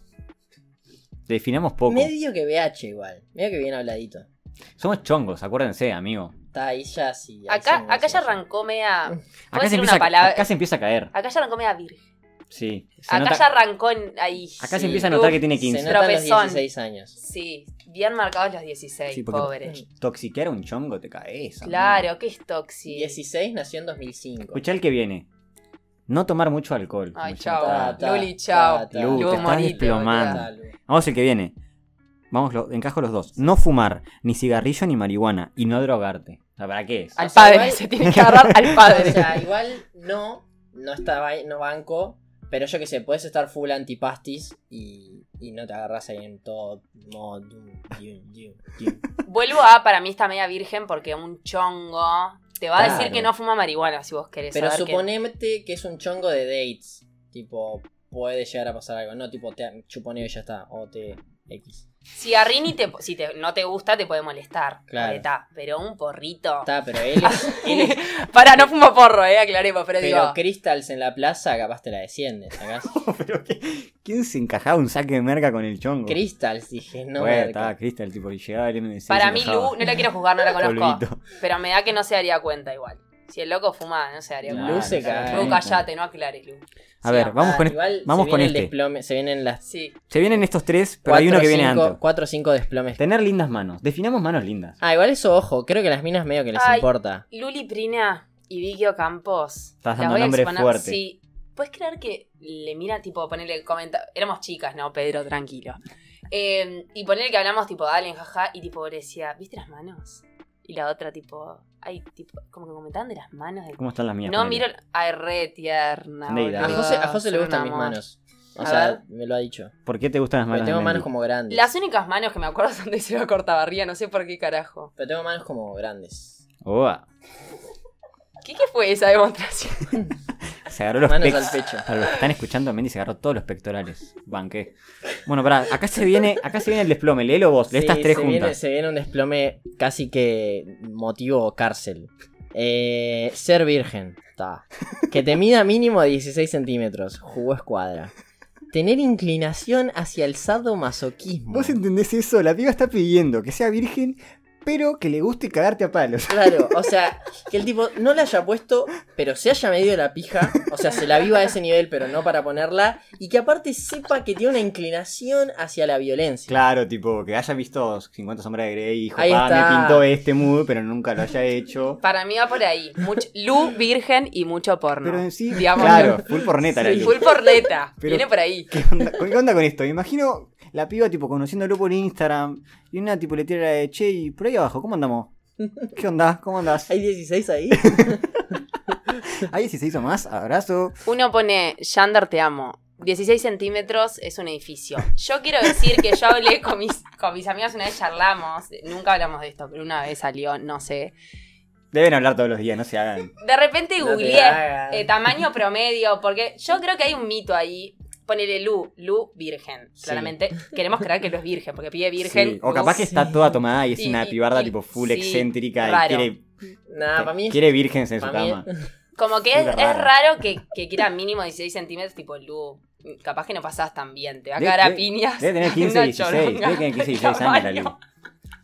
Definamos poco. Medio que BH igual. Medio que bien habladito. Somos chongos, acuérdense, amigo. Está ahí ya sí. ahí sí Acá, no acá sé. ya arrancó media. ¿Puedo Acá se, decir empieza, una palabra? acá se empieza a caer. Acá ya arrancó media virgen. Sí. Se Acá nota- ya arrancó en- ahí. acá se sí, empieza a uf, notar que tiene Se 15. notan los Tropezón. 16 años. Sí, bien marcados los 16, Sí, porque- pobres. Toxiquear a un chongo te caes. amigo. Claro, que es toxi. 16 nació en 2005. Escuchá el que viene. No tomar mucho alcohol. Ay, Como ya chao. Ta, está. ta, Luli, chao. ta, ta. Lu, Lu, te estás morite, desplomando. boluda. Salud. Vamos el que viene. Vamos, lo- encajo los dos. No fumar, ni cigarrillo, ni marihuana. Y no drogarte. O sea, ¿Para qué es? Al O sea, padre, igual- se tiene que agarrar al O padre. sea, igual no, no está ba- no banco, pero yo que sé, puedes estar full antipastis y, y no te agarras ahí en todo modo. dum, dum, dum, [LAUGHS] dum. Vuelvo a, para mí está media virgen porque un chongo te va a decir Claro. que no fuma marihuana si vos querés Pero saber que- suponete que es un chongo de dates. Tipo, puede llegar a pasar algo. No, tipo, te chuponeo y ya está. O te X. Si a Rini te, si te- no te gusta, te puede molestar. Claro. Moleta, pero un porrito. Está, pero él es- [LAUGHS] él es- Para, no fumo porro, eh, aclaremos, pero, Pero digo. Crystals en la plaza capaz te la descienden, ¿sacás? [LAUGHS] Pero ¿qué- ¿Quién se encajaba un saque de merca con el chongo? Crystals, dije, no. Mm. bueno, merca. estaba Cristal, tipo, y llegaba el MDC. Para mí, Lu, no la quiero jugar, no la conozco. Polvito. pero me da que no se daría cuenta igual. Si el loco fuma, no sé, haría Claro, como- Luz se no sé, cae. Luego callate, no aclares, Lu. A ver, vamos con, este- Ah, igual vamos se con viene el este. desplome- se vienen las Sí. Se vienen estos tres, pero hay uno que viene antes. 4 o 5 desplomes. Tener lindas manos. Definamos manos lindas. Ah, igual eso, ojo, creo que a las minas medio que les Ay. importa. Luli Prina y Vicky Ocampos. Estás Las dando voy a nombres exponer- fuertes. Sí. ¿Puedes creer que le mira, tipo, ponerle comenta Éramos chicas, ¿no, Pedro? Tranquilo. Eh, y ponerle que hablamos, tipo, dale, jaja, y tipo, le decía, ¿viste las manos? Y la otra, tipo, ay, tipo, como que comentaban de las manos. de- ¿Cómo están las mías? No Ponele. miro. Ay, re tierna. Neida. A boludo, José, a José le son gustan un mis amor. manos. O A sea, ver. me lo ha dicho. ¿Por qué te gustan las Porque manos? tengo de manos Mendy? como grandes. Las únicas manos que me acuerdo son de Seba Cortabarría, no sé por qué carajo. Pero tengo manos como grandes. Oa. ¿Qué, qué fue esa demostración? [LAUGHS] Se agarró los manos pecs. al pecho. Para los que están escuchando, Mendy se agarró todos los pectorales. Banqué. Bueno, pará, acá se viene, acá se viene el desplome, léelo vos, lee estas Sí, tres se juntas. Viene, se viene un desplome casi que motivo cárcel. Eh, ser virgen. Ta. Que te mida mínimo 16 centímetros. Jugó escuadra. Tener inclinación hacia el sadomasoquismo. Vos entendés eso, la piba está pidiendo que sea virgen, pero que le guste cagarte a palos. [LAUGHS] Claro, o sea, que el tipo no la haya puesto, pero se haya medido la pija. O sea, se la viva a ese nivel, pero no para ponerla. Y que aparte sepa que tiene una inclinación hacia la violencia. Claro, tipo, que haya visto 50 sombras de Grey y dijo, Ahí "Pa, está. me pintó este mood, pero nunca lo haya hecho. Para mí va por ahí. Mucho, Lu, virgen y mucho porno. Pero en sí, Digamos, claro, full porneta la Sí, luz. full porleta. [LAUGHS] Pero- Viene por ahí. ¿Qué onda, ¿Qué onda con esto? Me imagino la piba, tipo, conociéndolo por Instagram y una, tipo, le tira la de, che, y por ahí abajo, ¿cómo andamos? ¿Qué onda? ¿Cómo andás? ¿Hay 16 ahí? Ahí si se hizo más, abrazo. Uno pone, Yander, te amo. 16 centímetros es un edificio. Yo quiero decir que yo hablé con mis, con mis amigos una vez charlamos. Nunca hablamos de esto, pero una vez salió, no sé. Deben hablar todos los días, no se hagan. De repente No te googleé hagas. eh, tamaño promedio, porque yo creo que hay un mito ahí. Ponele Lu, Lu virgen. Sí. Claramente queremos creer que Lu es virgen, porque pide virgen. Sí, O Lu- capaz que está Sí. toda tomada y es Y- una y- pibarda y- tipo full sí, excéntrica y raro. Ah, quiere, Nah, para mí es quiere vírgenes en su Pa' mí- cama. Como que es, Mira, es raro. raro que, que quiera mínimo 16 centímetros, tipo Lu. Capaz que no pasás tan bien, te va a De- cagar a de- piñas. Debe [LAUGHS] tener en 15, una 16. choronga Debe tener [LAUGHS] 15, 16 de años la tamaño. Lulu.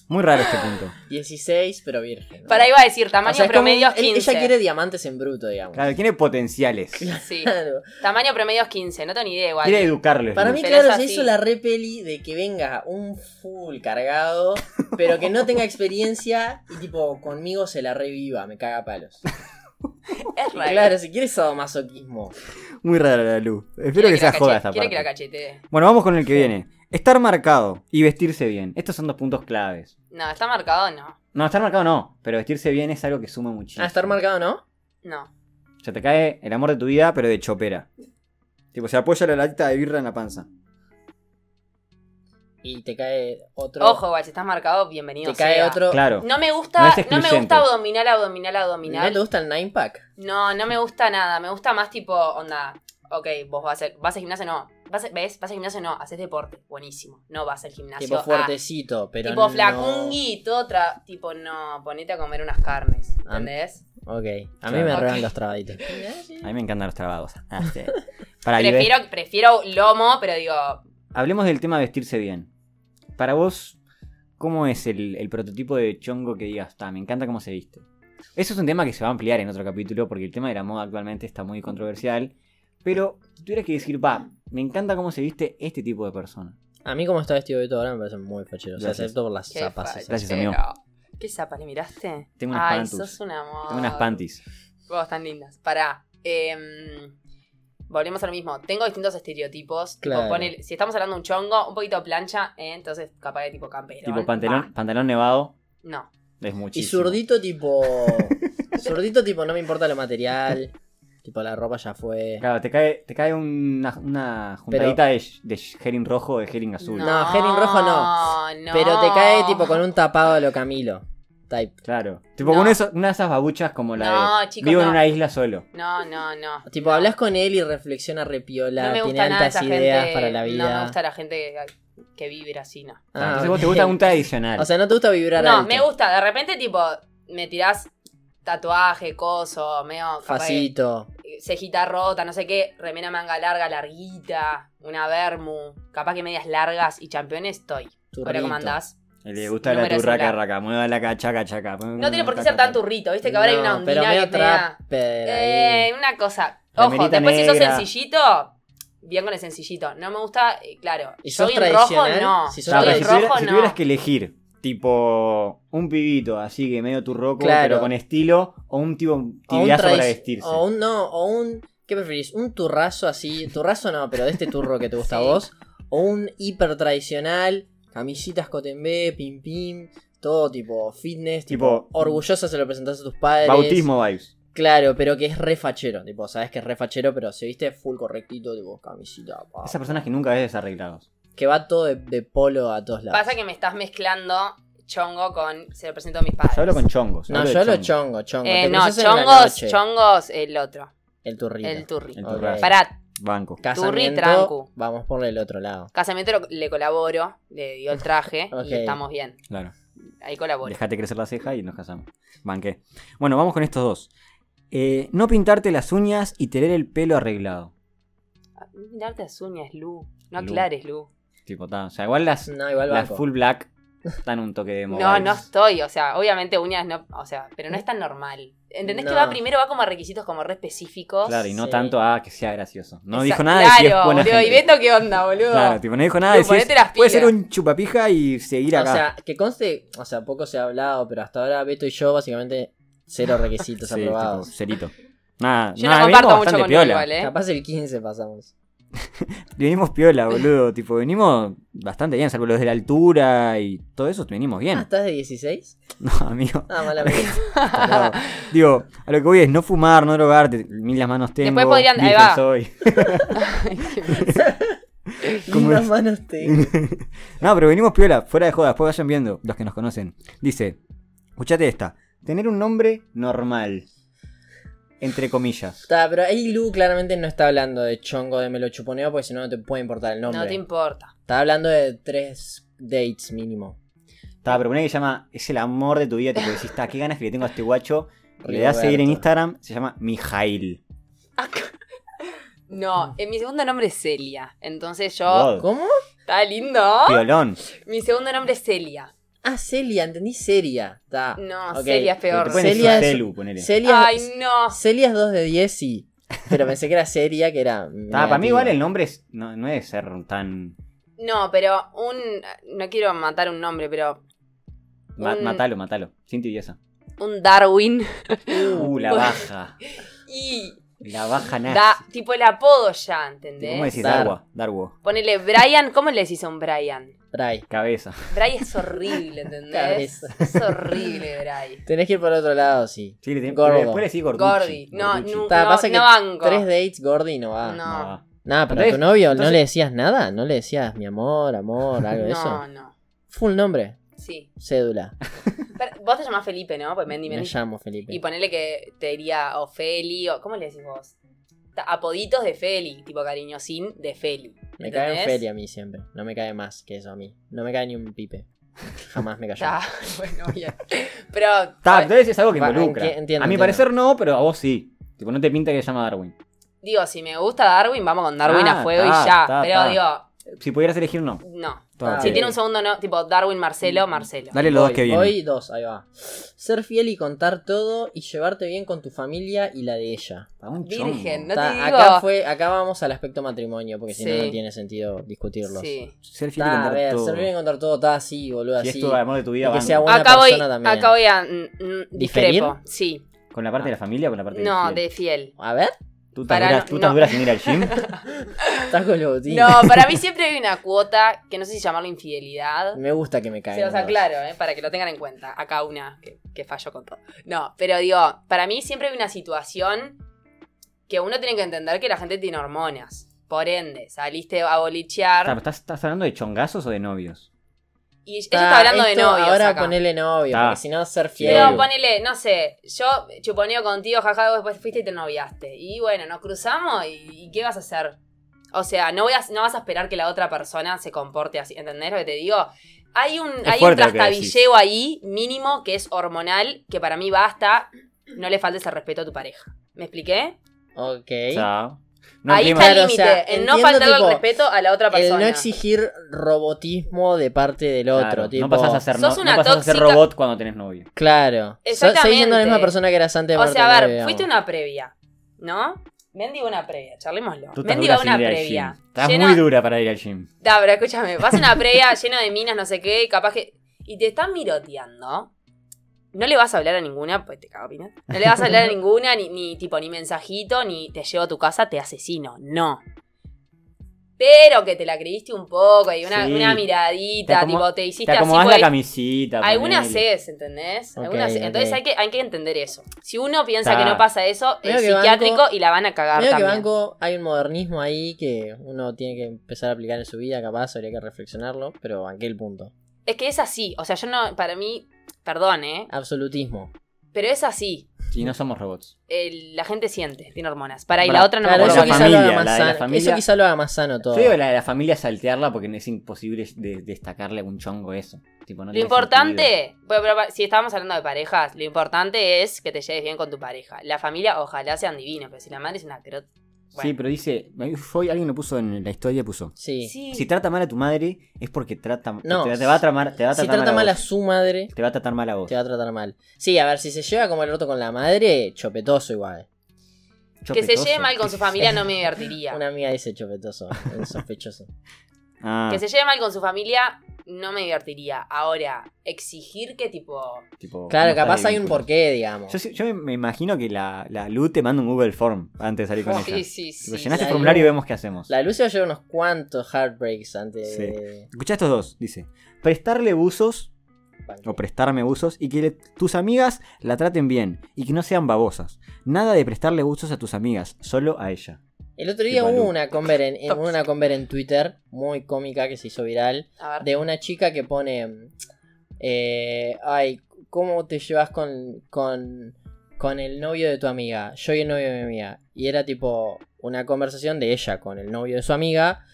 Muy raro este punto. 16, pero virgen. Para ahí va a decir, tamaño O sea, es como promedio es un- él- 15. Ella quiere diamantes en bruto, digamos. Claro, tiene potenciales. Sí, [LAUGHS] Claro. tamaño promedio es 15, no tengo ni idea igual. Quiere educarlo. Para Lu. mí, Pero claro, es se así. hizo la repeli de que venga un full cargado, pero que no tenga experiencia y tipo, conmigo se la reviva, me caga a [LAUGHS] palos. Es raro. Claro, si quieres sadomasoquismo. Muy rara la luz. Espero Quiere que sea la joda cachete- esta Quiere que la parte. cachetee. Bueno, vamos con el que viene. Estar marcado y vestirse bien. Estos son dos puntos claves. No, está marcado, no. No, estar marcado no, pero vestirse bien es algo que suma muchísimo. Ah, estar marcado, ¿no? No. Se te cae el amor de tu vida, pero de chopera. Tipo, se apoya la latita de birra en la panza. Y te cae otro. Ojo, igual, si estás marcado, bienvenido. te cae sea. otro. Claro. No me No es gusta, no, me excluyente. gusta abdominal, abdominal, ¿No abdominal. te gusta el nine pack? No, no me gusta nada. Me gusta más tipo, onda, ok, vos vas a vas al gimnasio, no. Vas a- ¿Ves? Vas al gimnasio, no. Haces deporte. Buenísimo. No vas al gimnasio. Tipo ah, fuertecito, pero. tipo no- flacungui, todo tra- Tipo, no, ponete a comer unas carnes. Ah. ¿Entendés? Ok, a mí Claro. me Ok. reban los [LAUGHS] trabaditos. A mí me encantan los trabados. Ah, [LAUGHS] sí. Para y ve- Prefiero, prefiero lomo, pero digo, Hablemos del tema de vestirse bien. Para vos, ¿cómo es el, el prototipo de chongo que digas, "Ta, me encanta cómo se viste? Eso es un tema que se va a ampliar en otro capítulo porque el tema de la moda actualmente está muy controversial. Pero si tuvieras que decir, va, me encanta cómo se viste este tipo de persona. A mí, como está vestido de todo ahora, me parece muy fachero. O sea, Gracias. excepto por las qué zapas. esas. Gracias, amigo. fachero. ¿Qué zapa le miraste? Tengo unas Ay, pantus. sos un amor. Tengo Ah, unas panties. Vos, tan lindas. Pará. em, volvemos a lo mismo. Tengo distintos estereotipos. Tipo, Claro. ponele- si estamos hablando de un chongo, un poquito plancha, eh, entonces capaz de tipo campero. Ah, Tipo pantalón, pantalón nevado No. es Y muchísimo. zurdito tipo. [LAUGHS] zurdito tipo, no me importa lo material. Tipo, la ropa ya fue. Claro, te cae, te cae una, una juntadita de, de herring rojo de herring azul. No. Henning Rojo no. Pero te cae tipo con un tapado a lo Camilo. Type. Claro. Tipo No. con eso, una de esas babuchas como la No, de chicos, vivo en no. una isla solo. No, no, no. Tipo, hablas con él y reflexiona repiola. No me tiene gusta nada altas esa ideas gente. para la vida. No me gusta la gente que, que vive así, no. Ah, Ah, Entonces ok. vos te gusta un tradicional. O sea, no te gusta vibrar No, alto. me gusta. De repente, tipo, me tirás tatuaje, coso, medio. capaz que- Facito. eh, cejita rota, no sé qué, remera manga larga, larguita, una vermu, capaz que medias largas y campeones estoy. Turrito. Ahora cómo andás. Le gusta la número turraca, celular. raca, mueva la cacha, cacha, caca. No tiene por qué ser tan turrito, viste que ahora hay una No, pero ondina medio que te da- trapper ahí. Eh, una cosa. Ojo, Remerita después si sos negra. sencillito, bien con el sencillito. No me gusta, eh, claro. ¿Y sos soy en rojo, tradicional? no. Si sos Soy pero en si, tradicional- rojo, tuviera- si no. tuvieras que elegir, tipo, un pibito así que medio turroco, Claro. pero con estilo, o un tipo O un tibiazo para tradici- vestirse. O un no, o un. ¿Qué preferís? ¿Un turrazo así? Turrazo no, pero de este turro que te gusta a Sí. vos. O un hiper tradicional, camisitas cotembe, pim pim, todo tipo fitness, tipo, Tipo, orgulloso se lo presentás a tus padres. Bautismo vibes. Claro, pero que es re fachero, tipo, sabes que es re fachero, pero se viste full correctito, tipo, camisita, pa. Esas personas que nunca ves desarreglados. que va todo de, de polo a todos lados. Pasa que me estás mezclando chongo con se lo presento a mis padres. Yo hablo con chongos. No, hablo de yo lo chongos. chongo, chongo. Eh, Te no, cruzas en la chongos, noche, chongos el otro, El turrito. el turri. El Ok. turrazo. Pará, Banco. Casamiento, trancu. Vamos por el otro lado. casamiento lo- le colaboro, le dio el [LAUGHS] traje Ok. y estamos bien. Claro. Ahí colaboro. Dejate crecer la ceja y nos casamos. Banqué. Bueno, vamos con estos dos. Eh, no pintarte las uñas y tener el pelo arreglado. Mirarte las uñas, Lu. No Lu. aclares, Lu. Tipo, ta, o sea, igual las, No, igual las banco. full black dan un toque de moda. No, no estoy, o sea, obviamente uñas no, o sea, pero no es tan normal. ¿Entendés que No. va primero, va como a requisitos como re específicos? Claro, y no Sí. tanto a que sea gracioso. No Exa- dijo nada de si claro, es buena boludo, y gente. viendo qué onda, boludo. Claro, tipo, no dijo nada de Lu, si es- ponete las Puede ser pilas. un chupapija y seguir acá. O sea, que conste, o sea, poco se ha hablado, pero hasta ahora Beto y yo básicamente cero [LAUGHS] requisitos Sí, tipo, aprobados. cerito. Nada, Yo nada, no comparto venimos mucho bastante con Lu piola. igual, ¿eh? Capaz el 15 pasamos. Venimos piola, boludo. tipo, venimos bastante bien, salvo los de la altura y todo eso, venimos bien. Ah, ¿estás de 16? [LAUGHS] No, amigo. Ah, [LAUGHS] mala mía. tarado. Digo, a lo que voy es no fumar, no drogarte. Mil las manos tengo. Después podrían- ahí virgen va. soy. ¿Cómo Lindas es? manos tengo. [LAUGHS] No, pero venimos piola, fuera de joda, después vayan viendo los que nos conocen. Dice, escuchate esta, tener un nombre normal, entre comillas. Está, pero ahí Lu claramente no está hablando de chongo de me lo chuponeo porque si no no te puede importar el nombre. No te importa. Está hablando de tres dates mínimo. Estaba, pero una que se llama, es el amor de tu vida, tipo, decís, "Ta, qué ganas que le tengo a este guacho. Le das a seguir en Rigoberto. Instagram, se llama Mijail. No, eh, mi segundo nombre es Celia. Entonces yo. Wow. ¿Cómo? Está lindo. Violón. Mi segundo nombre es Celia. Ah, Celia, entendí Celia. Está. No, ok. Celia es peor. Te ponen Celia su es- celu, ponele. Celia, Ay, no. Celia es 2 de 10, sí. Pero pensé que era Celia, que era. Ta, para mí igual el negativa. nombre es- no, no es ser tan... No, pero un. No quiero matar un nombre, pero. ma- Un- matalo, matalo, sin [LAUGHS] tibieza. Un Darwin. Uh, la baja, Y. la baja [LAUGHS] Da, nada. tipo el apodo ya, ¿entendés? ¿Cómo decís? Dar. Darwa, Darwo, Ponele Brian. ¿Cómo le decís a un Brian? Bray. cabeza. Brian es horrible, [LAUGHS] ¿entendés? Cabeza. es horrible, Brian. Tenés que ir por otro lado, sí. Sí, le tenés- Gordo. pero después le decís Gorducci. Gordi. No, Gorducci. nu- Ta, no, pasa que no banco. Tres dates, Gordy, no va. No. No, va. Nada, pero a Entonces- tu novio no entonces- le decías nada. No le decías mi amor, amor, algo de No, eso. no. Full nombre, Sí. cédula. Pero vos te llamás Felipe, ¿no? Pues Mendy Me Mendy. llamo Felipe. Y ponele que te diría o Feli, o ¿cómo le decís vos? Ta- Apoditos de Feli, tipo cariñosín de Feli. Me cae un ¿entendés? Feli a mí siempre. No me cae más que eso a mí. No me cae ni un pipe. Jamás me [LAUGHS] cayó. Ta, bueno, bien. Pero Ta, a ver, entonces es algo que Va, involucra. enti- entiendo, a mi entiendo. parecer no, pero a vos sí. Tipo, no te pinta que se llama Darwin. digo, si me gusta Darwin, vamos con Darwin Ah, a fuego ta, y ya. ta, pero ta. digo, Si pudieras elegir, no. no. Todo Ah, Si bien. tiene un segundo no, tipo Darwin Marcelo, Marcelo. Mm, Dale los dos Voy, que vienen. voy, dos, ahí va. Ser fiel y contar todo y llevarte bien con tu familia y la de ella. Pa' un Virgen, chongo. no te Ta, digo. acá, fue, acá vamos al aspecto matrimonio, porque si no, Sí. no tiene sentido discutirlos. Sí. Ser fiel y Ta, a contar ver, todo. ser fiel y contar todo, está así, boludo, Si así. es tu amor de tu vida, Y que banco. sea buena Acá voy, persona también. eh. acá voy a mm, mm, discrepo. ¿Diferir? Sí. ¿Con la parte de la familia o con la parte No, de de fiel. A ver, ¿Tú estás para dura, no- tú estás no. dura sin ir al gym? estás con los botines. No, [LAUGHS] para mí siempre hay una cuota que no sé si llamarlo infidelidad. Me gusta que me caigan. Se los los dos. aclaro, ¿eh? para que lo tengan en cuenta. Acá una que, que falló con todo. No, pero digo, para mí siempre hay una situación que uno tiene que entender que la gente tiene hormonas. Por ende, saliste a Ta, pero bolichear. ¿Estás, ¿Estás hablando de chongazos o de novios? Y ella Ta, está hablando de Ah, esto novios. Ahora acá. ponele novio, Ta. porque si no, ser fiel. Pero ponele, no sé, yo chuponeo contigo, jaja, vos después fuiste y te noviaste. Y bueno, nos cruzamos y, y ¿qué vas a hacer? O sea, no, voy a- no vas a esperar que la otra persona se comporte así, ¿entendés lo que te digo? Hay un, hay un fuerte lo que trastabilleo ahí mínimo que es hormonal, que para mí basta, no le faltes el respeto a tu pareja. ¿Me expliqué? Ok. O sea, No Ahí clima- está Claro, el o límite, sea, en no entiendo, faltarle tipo, el respeto a la otra El persona. no exigir robotismo de parte del otro. Claro, tipo, no pasás a ser Sos no- una no pasás a ser tóxica. robot cuando tenés novio. Claro. So- Seguís siendo la Exactamente. misma persona que eras antes de O sea, a ver, morirte, fuiste digamos. una previa, ¿no? Mendy va a una previa, charlémoslo. Tú estás Mendy dura va a sin una ir al previa. gym. Estás llena- muy dura para ir al gym. Da, pero escúchame, vas a una previa [LAUGHS] llena de minas, no sé qué, y capaz que. Y te están miroteando. No le vas a hablar a ninguna, pues te cago piña. No le vas a hablar a ninguna, ni, ni tipo, ni mensajito, ni te llevo a tu casa, te asesino. No. Pero que te la creíste un poco, y una, Sí. una Te miradita, acomo- tipo, te Te hiciste así. acomodás la porque- camisita. Algunas ponele. es, ¿entendés? Ok, Algunas es. Entonces ok. hay, que, hay que entender eso. Si uno piensa Está. que no pasa eso, Medio es que psiquiátrico banco- y la van a cagar Medio que también. banco, hay un modernismo ahí que uno tiene que empezar a aplicar en su vida, capaz, habría que reflexionarlo, pero banqué el punto. Es que es así. O sea, yo no, para mí, perdón, ¿eh? Absolutismo. Pero es así. Y no somos robots. El- la gente siente, tiene hormonas. Para y Pará, la otra no Claro, me Bueno, eso acuerdo. la quizá, familia, lo haga más la de la sano- familia. eso quizá lo haga más sano todo. Yo digo la de la familia saltearla porque es imposible de- destacarle a un chongo eso. Tipo, no Lo tiene importante, bueno, pero pa- si estábamos hablando de parejas, lo importante es que te lleves bien con tu pareja. La familia, ojalá sean divinos, pero si la madre es una crota. sentido. Bueno. Sí, pero dice. Hoy alguien lo puso en la historia, puso. Sí. Sí. Si trata mal a tu madre, es porque trata No, te, te va a tramar, te va a Si tratar trata mal a a vos. su madre, Te va a tratar mal a vos. te va a tratar mal. Sí, a ver, si se lleva como el roto con la madre, chopetoso igual. que se Chopetoso. lleve mal con su familia no me [LAUGHS] divertiría. Una amiga dice chopetoso, es sospechoso. [LAUGHS] Ah, Que se lleve mal con su familia, no me divertiría. Ahora, exigir que tipo. tipo, Claro, no está capaz bien hay un culo. porqué, digamos. Yo, yo me- me imagino que la, la Lu te manda un Google Form antes de salir con Oh, ella. Sí, sí, Tipo, sí. llenás la el formulario y Lu- vemos qué hacemos. La Lucia lleva unos cuantos heartbreaks antes Sí. de... Escuchá estos dos, dice. Prestarle buzos o prestarme buzos y que le- tus amigas la traten bien y que no sean babosas. Nada de prestarle buzos a tus amigas, solo a ella. El otro día Qué hubo maluco. una conver en, en- una conver en Twitter muy cómica que se hizo viral A ver. de una chica que pone eh, ay, ¿cómo te llevas con, con con el novio de tu amiga? Yo y el novio de mi amiga. Y era tipo una conversación de ella con el novio de su amiga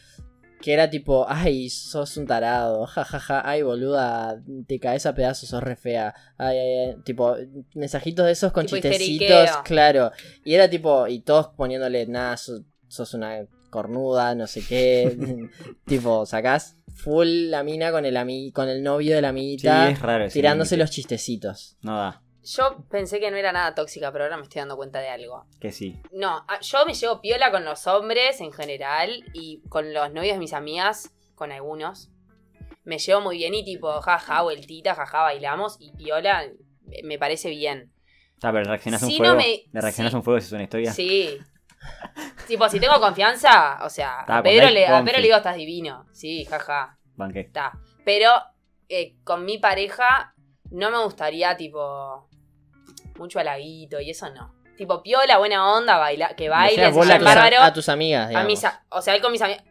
que era tipo, ay, sos un tarado, jajaja, ay, boluda, te caes a pedazos, sos re fea. Ay, ay, ay, tipo mensajitos de esos con Tipo chistecitos, histeriqueo. claro. Y era tipo, y todos poniéndole, nada, sos, sos una cornuda, no sé qué. [LAUGHS] tipo, sacás full la mina con el, ami con el novio de la Sí, amiguita, es raro. ese tirándose límite. los chistecitos. No da, Yo pensé que no era nada tóxica, pero ahora me estoy dando cuenta de algo. que sí. No, a- yo me llevo piola con los hombres en general y con los novios de mis amigas, con algunos. Me llevo muy bien y tipo, jaja, vueltita, jaja, bailamos y piola eh, me parece bien. Ah, pero reaccionás a un Si no fuego. me- Le reaccionás sí. a un fuego si es una historia. Sí. [LAUGHS] tipo, si tengo confianza, o sea, Ta, a Pedro, cuando hay le, a confi. Pedro le digo, estás divino. Sí, jaja. Banqué. Ta. Pero eh, con mi pareja no me gustaría, tipo, mucho halaguito y eso no. Tipo, piola, buena onda, baila, que seas baile, bola a, sean que- tus, a- bárbaro. a tus amigas, A digamos. mis, a- o sea, él con mis amigas.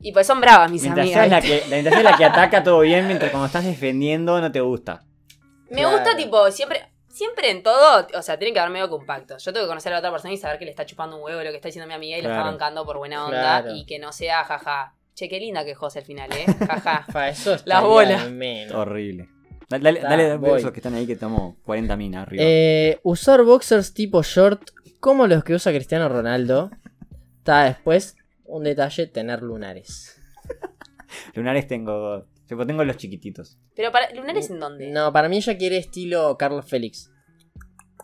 Y pues son bravas mis Mientras amigas. seas la que, la- mientras seas la que ataca todo bien, mientras cuando estás defendiendo no te gusta. Me Claro. gusta, tipo, siempre. Siempre en todo, o sea, tiene que haber medio que un pacto. Yo tengo que conocer a la otra persona y saber que le está chupando un huevo lo que está diciendo mi amiga y lo Claro. está bancando por buena onda Claro. y que no sea jaja. Che, qué linda que José al final, ¿eh? [LAUGHS] Jaja. Fa, eso Las estaría bolas. de menos. Horrible. Dale, dale, Ta, dale, voy. esos que están ahí que estamos 40 minas arriba. Eh, usar boxers tipo short como los que usa Cristiano Ronaldo. Está después un detalle, tener lunares. Lunares tengo. Tipo, tengo los chiquititos. Pero para. ¿Lunares en dónde? No, No, para mí ella quiere estilo Carlos Félix.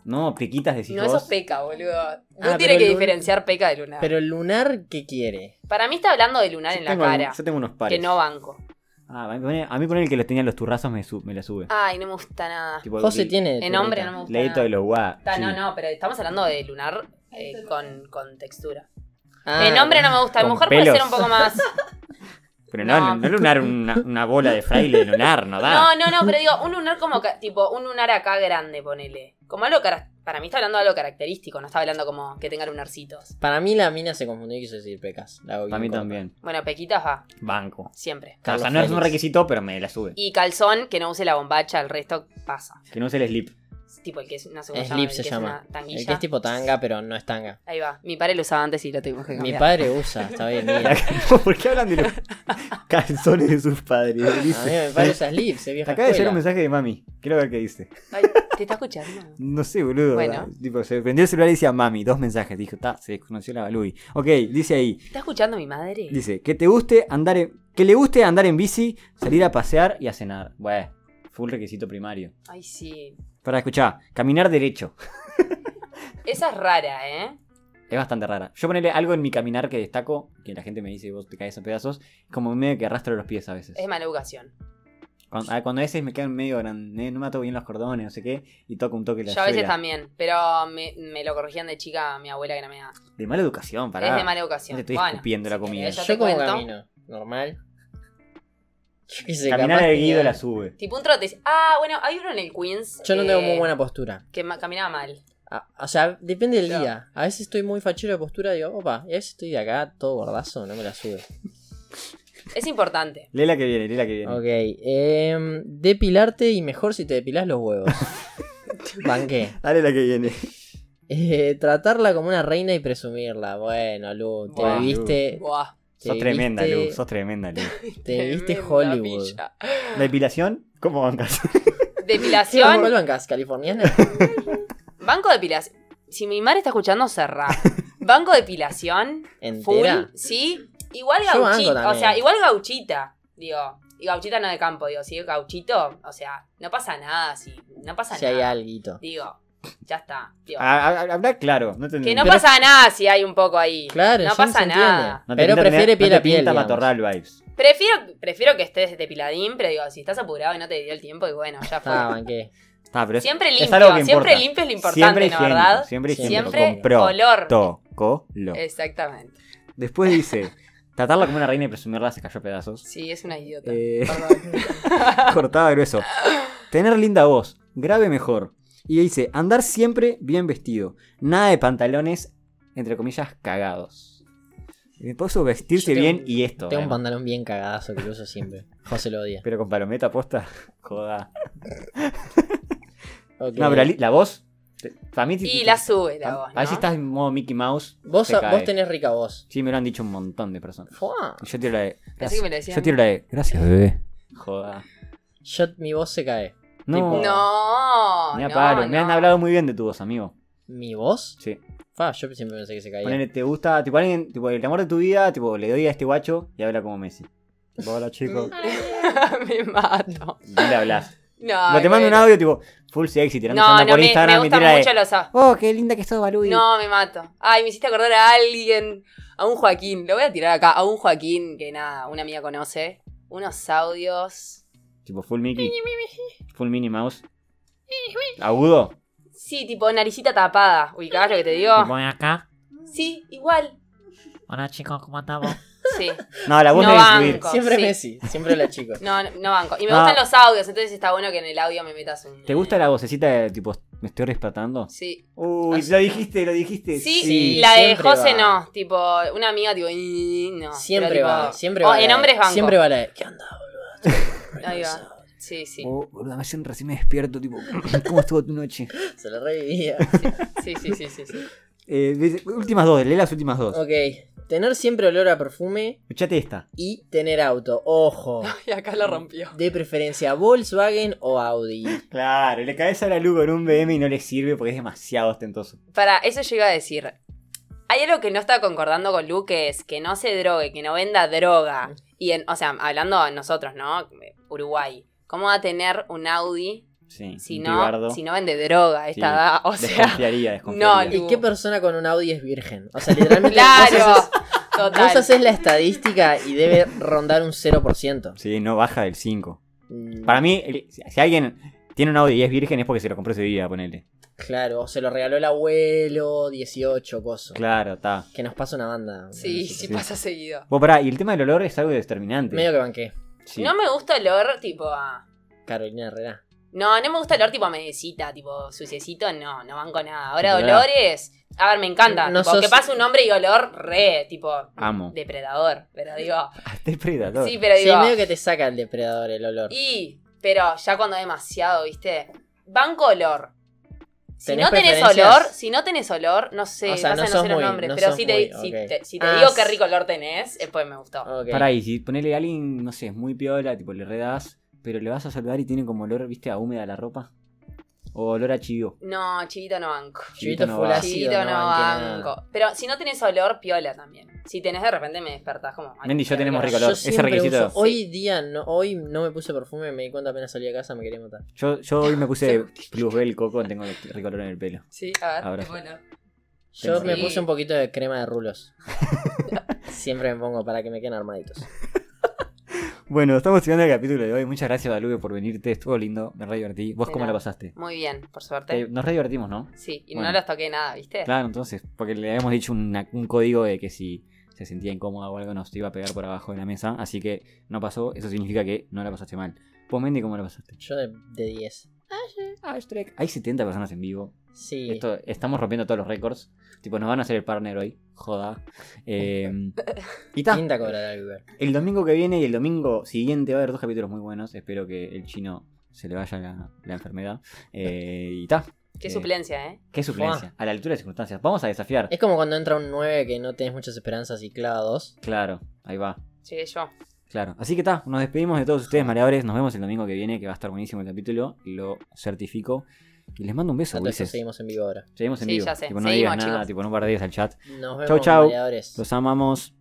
No, pequitas decís eso es vos. Ah, peca, boludo. pero No tiene que lun- diferenciar peca de lunar. Pero el lunar, ¿qué quiere? Para mí está hablando de lunar Yo en la tengo algún- cara. yo tengo unos pares. Que no banco. Ah, a mí pone- a mí poner el que los tenía en los turrazos me, su- me la sube. Ay, no me gusta nada. Tipo, José el- tiene. En perrita. hombre no me gusta. Leíto nada. de los guá. Ta, No, sí. no, pero estamos hablando de lunar eh, con, con textura. Ah, en hombre no me gusta, en con mujer puede pelos. ser un poco más. Pero no, No. no, lunar una, una bola de fraile de lunar, no da. [LAUGHS] No, no, no, pero digo, un lunar como ca- tipo, un lunar acá grande, ponele. Como algo cara- para mí está hablando de algo característico, no está hablando como que tenga lunarcitos. Para mí la mina se confundió y quiso decir pecas. La hago Para bien mí corta. también. Bueno, pequitas va, Banco. siempre. O sea, Carlos no es un Félix. requisito, pero me la sube. Y calzón, que no use la bombacha, el resto pasa. Que no es el slip. tipo el que es una segunda Slip el se que es llama. una El que tanguilla. es tipo tanga, pero no es tanga. Ahí va. Mi padre lo usaba antes y lo tuvimos que Mi cambiar. padre usa, está [LAUGHS] bien. mira. ¿Por qué hablan de los [LAUGHS] calzones de sus padres? A mí Dice, me parece slip, se [LAUGHS] vieja Acaba de llegar un escuela. mensaje de mami. Quiero ver qué dice. Ay, ¿Te está escuchando? [LAUGHS] No sé, boludo. Bueno. Tipo, se prendió el celular y decía mami. Dos mensajes. Dijo, ta, se desconoció la Balui. Ok, dice ahí. ¿Está escuchando mi madre? Dice, que te guste andar en- Que le guste andar en bici, salir a pasear y a cenar. Bueno, fue un requisito primario. Ay, sí. Para escuchar, caminar derecho. Esa es rara, ¿eh? Es bastante rara. Yo ponerle algo en mi caminar que destaco, que la gente me dice, vos te caes a pedazos, como medio que arrastro los pies a veces. Es mala educación. Cuando, ah, cuando a veces me quedan medio grandes, no me ato bien los cordones, no sé qué, y toco un toque la Yo a veces suela. también, pero me, me lo corrigían de chica a mi abuela que no me da. De mala educación, pará. Es de mala No educación. te estoy Bueno, escupiendo la si comida. querés, yo te Yo como cuento. camino, normal. Yo qué sé, Caminar capaz erguido que- la sube. Tipo un trote. Ah, bueno, hay uno en el Queens. Yo no que- tengo muy buena postura. Que ma- caminaba mal. Ah, O sea, depende del Yo. día. A veces estoy muy fachero de postura, digo, opa, y a veces estoy acá todo gordazo, no me la sube. Es [LAUGHS] importante. Lela que viene, lela que viene. Ok, em, depilarte y mejor si te depilás los huevos. Banqué. Dale la que viene. Eh, tratarla como una reina y presumirla. Bueno, Lu, te Buah. viviste. Buah. te Sos tremenda, viviste- Lu, sos tremenda, Lu. Te viviste tremenda Hollywood. pilla. Depilación, ¿cómo bancas? Sí, ¿cómo [LAUGHS] Depilación. bancas? ¿Californiana? Banco de depilación. Si mi madre está escuchando, cerrá. Banco de depilación. [LAUGHS] Full. ¿Entera? Sí. Igual Yo banco gauchita. O también. sea, igual gauchita. Digo. Y gauchita no de campo, digo. Si es gauchito, o sea, no pasa nada. Si, no pasa Si hay nada. alguito. Digo. Ya está. Digo. Ah, ah, Habla claro, no te Que no pero- pasa nada si hay un poco ahí. Claro, no ya no pasa se nada. no te pero pinta- prefiere no piel te a piel, pinta digamos. matorral vibes. Prefiero, prefiero que estés depiladín, pero digo, si estás apurado y no te dio el tiempo, y bueno, ya fue. Ah, [LAUGHS] banqué. Ah, pero es- siempre es limpio, algo que siempre importa. limpio Siempre es lo importante, ¿no higiénico, verdad? Siempre higiénico. Siempre Compró. olor. Eh, Tocolo. Exactamente. Después dice, tratarla como una reina y presumirla se cayó a pedazos. Sí, es una idiota. Eh, [LAUGHS] Perdón. cortaba grueso. Tener linda voz, grave mejor. Y dice, andar siempre bien vestido. Nada de pantalones, entre comillas, cagados. Me puso vestirse Yo bien tengo- y esto. Tengo un bueno. pantalón bien cagadazo que lo uso siempre. José lo odia. Pero con palometa posta, [LAUGHS] joda. Eh. Ok. No, pero la, li- la voz. te- Para mí, [LAUGHS] Y la sube la voz. A ver si ¿no? estás en modo Mickey Mouse. vos, se cae. vos tenés rica voz. Sí, me lo han dicho un montón de personas. Fua. Y Yo tiro la de. Pensé que me lo decían. Yo tiro la de. Gracias, bebé. Joda. Yo, mi voz se cae. No. Tipo- No, Mira, no, Pablo, me no. han hablado muy bien de tu voz, amigo. ¿Mi voz? Sí. Fa, yo siempre pensé que se caía. Ponele, te gusta, tipo, alguien, tipo, el amor de tu vida, tipo, le doy a este guacho y habla como Messi. Tipo, hola [LAUGHS] chico. [LAUGHS] me mato. Y le hablas. No, No te mando un bueno. audio, tipo, full sexy, tirando No, onda no, por me, me Instagram y gustan tira mucho de. los a- Oh, qué linda que sos, Balú. No, me mato. Ay, me hiciste acordar a alguien, a un Joaquín. Lo voy a tirar acá, a un Joaquín que nada, una amiga conoce. Unos audios. Tipo, full Mickey. Full Minnie Mouse. Agudo. Sí, tipo naricita tapada. ¿Ubicás lo que te digo? Voy acá. Sí, igual. Hola chicos, ¿cómo andamos? Sí. No, la voz No no debe banco. subir. [LAUGHS] Siempre Sí. Messi, siempre la chico. [LAUGHS] No, no, no banco. Y me No. gustan los audios, entonces está bueno que en el audio me metas un. ¿Te gusta la vocecita de tipo, me estoy despertando? Sí. Uy, Ah, lo dijiste, lo dijiste. Sí, Sí, la de siempre José va. no. Tipo, una amiga, tipo, "Ih, no. Siempre Pero, va, tipo, siempre oh, va. la en de- hombres banco. Siempre va la de, ¿Qué onda, boludo? Ahí va. Sí, sí. Oh, boludo, recién, recién me despierto, tipo, ¿cómo estuvo tu noche? [LAUGHS] Se la revivía. Sí, sí, sí, sí. sí. Eh, dice, últimas dos, lee las últimas dos. ok. Tener siempre olor a perfume Escuchate esta. y tener auto. Ojo. Y acá la rompió. De preferencia Volkswagen o Audi. Claro, le caes a la luz con un BM y no le sirve porque es demasiado ostentoso. Para eso yo iba a decir. Hay algo que no está concordando con Lu, que es que no se drogue, que no venda droga. Y en, o sea, hablando nosotros, ¿no? Eh, Uruguay. ¿Cómo va a tener un Audi Sí, si un no, pibardo. si no vende droga a esta Sí. edad? O sea, desconfiaría, no, desconfiaría. ¿Y qué persona con un Audi es virgen? O sea, literalmente. [LAUGHS] claro. Vos haces, vos Total. haces la estadística y debe rondar un 0%. Sí, no baja del 5. Mm, Para mí, el- si si alguien tiene un Audi y es virgen es porque se lo compró ese día, ponele. Claro, o se lo regaló el abuelo, 18, coso. Claro, está. Que nos pasa una banda. Sí, Nosotros. sí pasa seguido. Vos pará, y el tema del olor es algo determinante. Medio que banqué. Sí. [LAUGHS] No me gusta el olor tipo a. Carolina Herrera. No, no me gusta el olor tipo a medicita, tipo suciecito, no, no banco nada. Ahora ¿Verdad? olores. A ver, me encanta. No tipo, sos- que pase un hombre y olor re, tipo. Amo. Depredador. Pero digo. Depredador. Sí, pero sí, digo. medio que te saca el depredador el olor. Y. Pero ya cuando demasiado, ¿viste? Banco olor. Si no tenés preferencias? olor, si no tenés olor, no sé, O sea, pasa no de sos no sé los muy- nombres, no pero sos si te, muy, si ok. te- si te Ah, digo sí. qué rico olor tenés, después me gustó. Ok. Pará, y si ponele a alguien, no sé, muy piola, tipo le redás, pero le vas a saludar y tiene como olor, viste, a húmeda la ropa. O olor a chivo. No, chivito no banco. Chivito no full va. ácido, Chivito no banqué nada. banco. Pero si no tenés olor, piola también. Si tenés de repente me despertás como. ay, Mendy y yo qué tenemos olor. rico olor. Yo Ese siempre requisito. uso- Hoy día, no, hoy no me puse perfume, me di cuenta apenas salí de casa, me quería matar. Yo, yo hoy me [LAUGHS] puse plusbel coco, tengo rico olor en el pelo. Sí, a ver, Ahora. qué bueno. Yo Sí. me puse un poquito de crema [LAUGHS] de rulos. siempre me pongo para que me queden armaditos. Bueno, estamos llegando al capítulo de hoy. Muchas gracias, Dalupe, por venirte. Estuvo lindo, me re divertí. ¿Vos De cómo la nada. pasaste? Muy bien, por Eh, suerte. nos re divertimos, ¿no? Sí, y bueno. no los toqué nada, ¿viste? Claro, entonces, porque le habíamos dicho una- un código de que si se sentía incómoda o algo nos iba a pegar por abajo de la mesa, así que no pasó, eso significa que no la pasaste mal. Vos, Mendy, ¿cómo la pasaste? Yo de, de 10. Hay 70 personas en vivo. Sí. Esto, estamos rompiendo todos los récords. Tipo, nos van a hacer el partner hoy. Joda. Eh, [LAUGHS] y ta, Pinta cobrar al Uber. el domingo que viene y el domingo siguiente va a haber dos capítulos muy buenos. Espero que el chino se le vaya la, la enfermedad. Eh, y ta. Qué Eh, suplencia, ¿eh? Qué suplencia. A la altura de las circunstancias. Vamos a desafiar. Es como cuando entra un 9 que no tienes muchas esperanzas y clava 2. Claro, ahí va. Llegué yo. Claro. Así que está, nos despedimos de todos ustedes, mareadores. Nos vemos el domingo que viene, que va a estar buenísimo el capítulo. Lo certifico. Y les mando un beso, A todo esto Ulises. seguimos en vivo ahora. Seguimos en Sí, vivo. ya sé. Tipo, no Seguimos, digas nada, chicos. tipo, no bardees al chat. Nos vemos, Chau, chau. mareadores. Los amamos.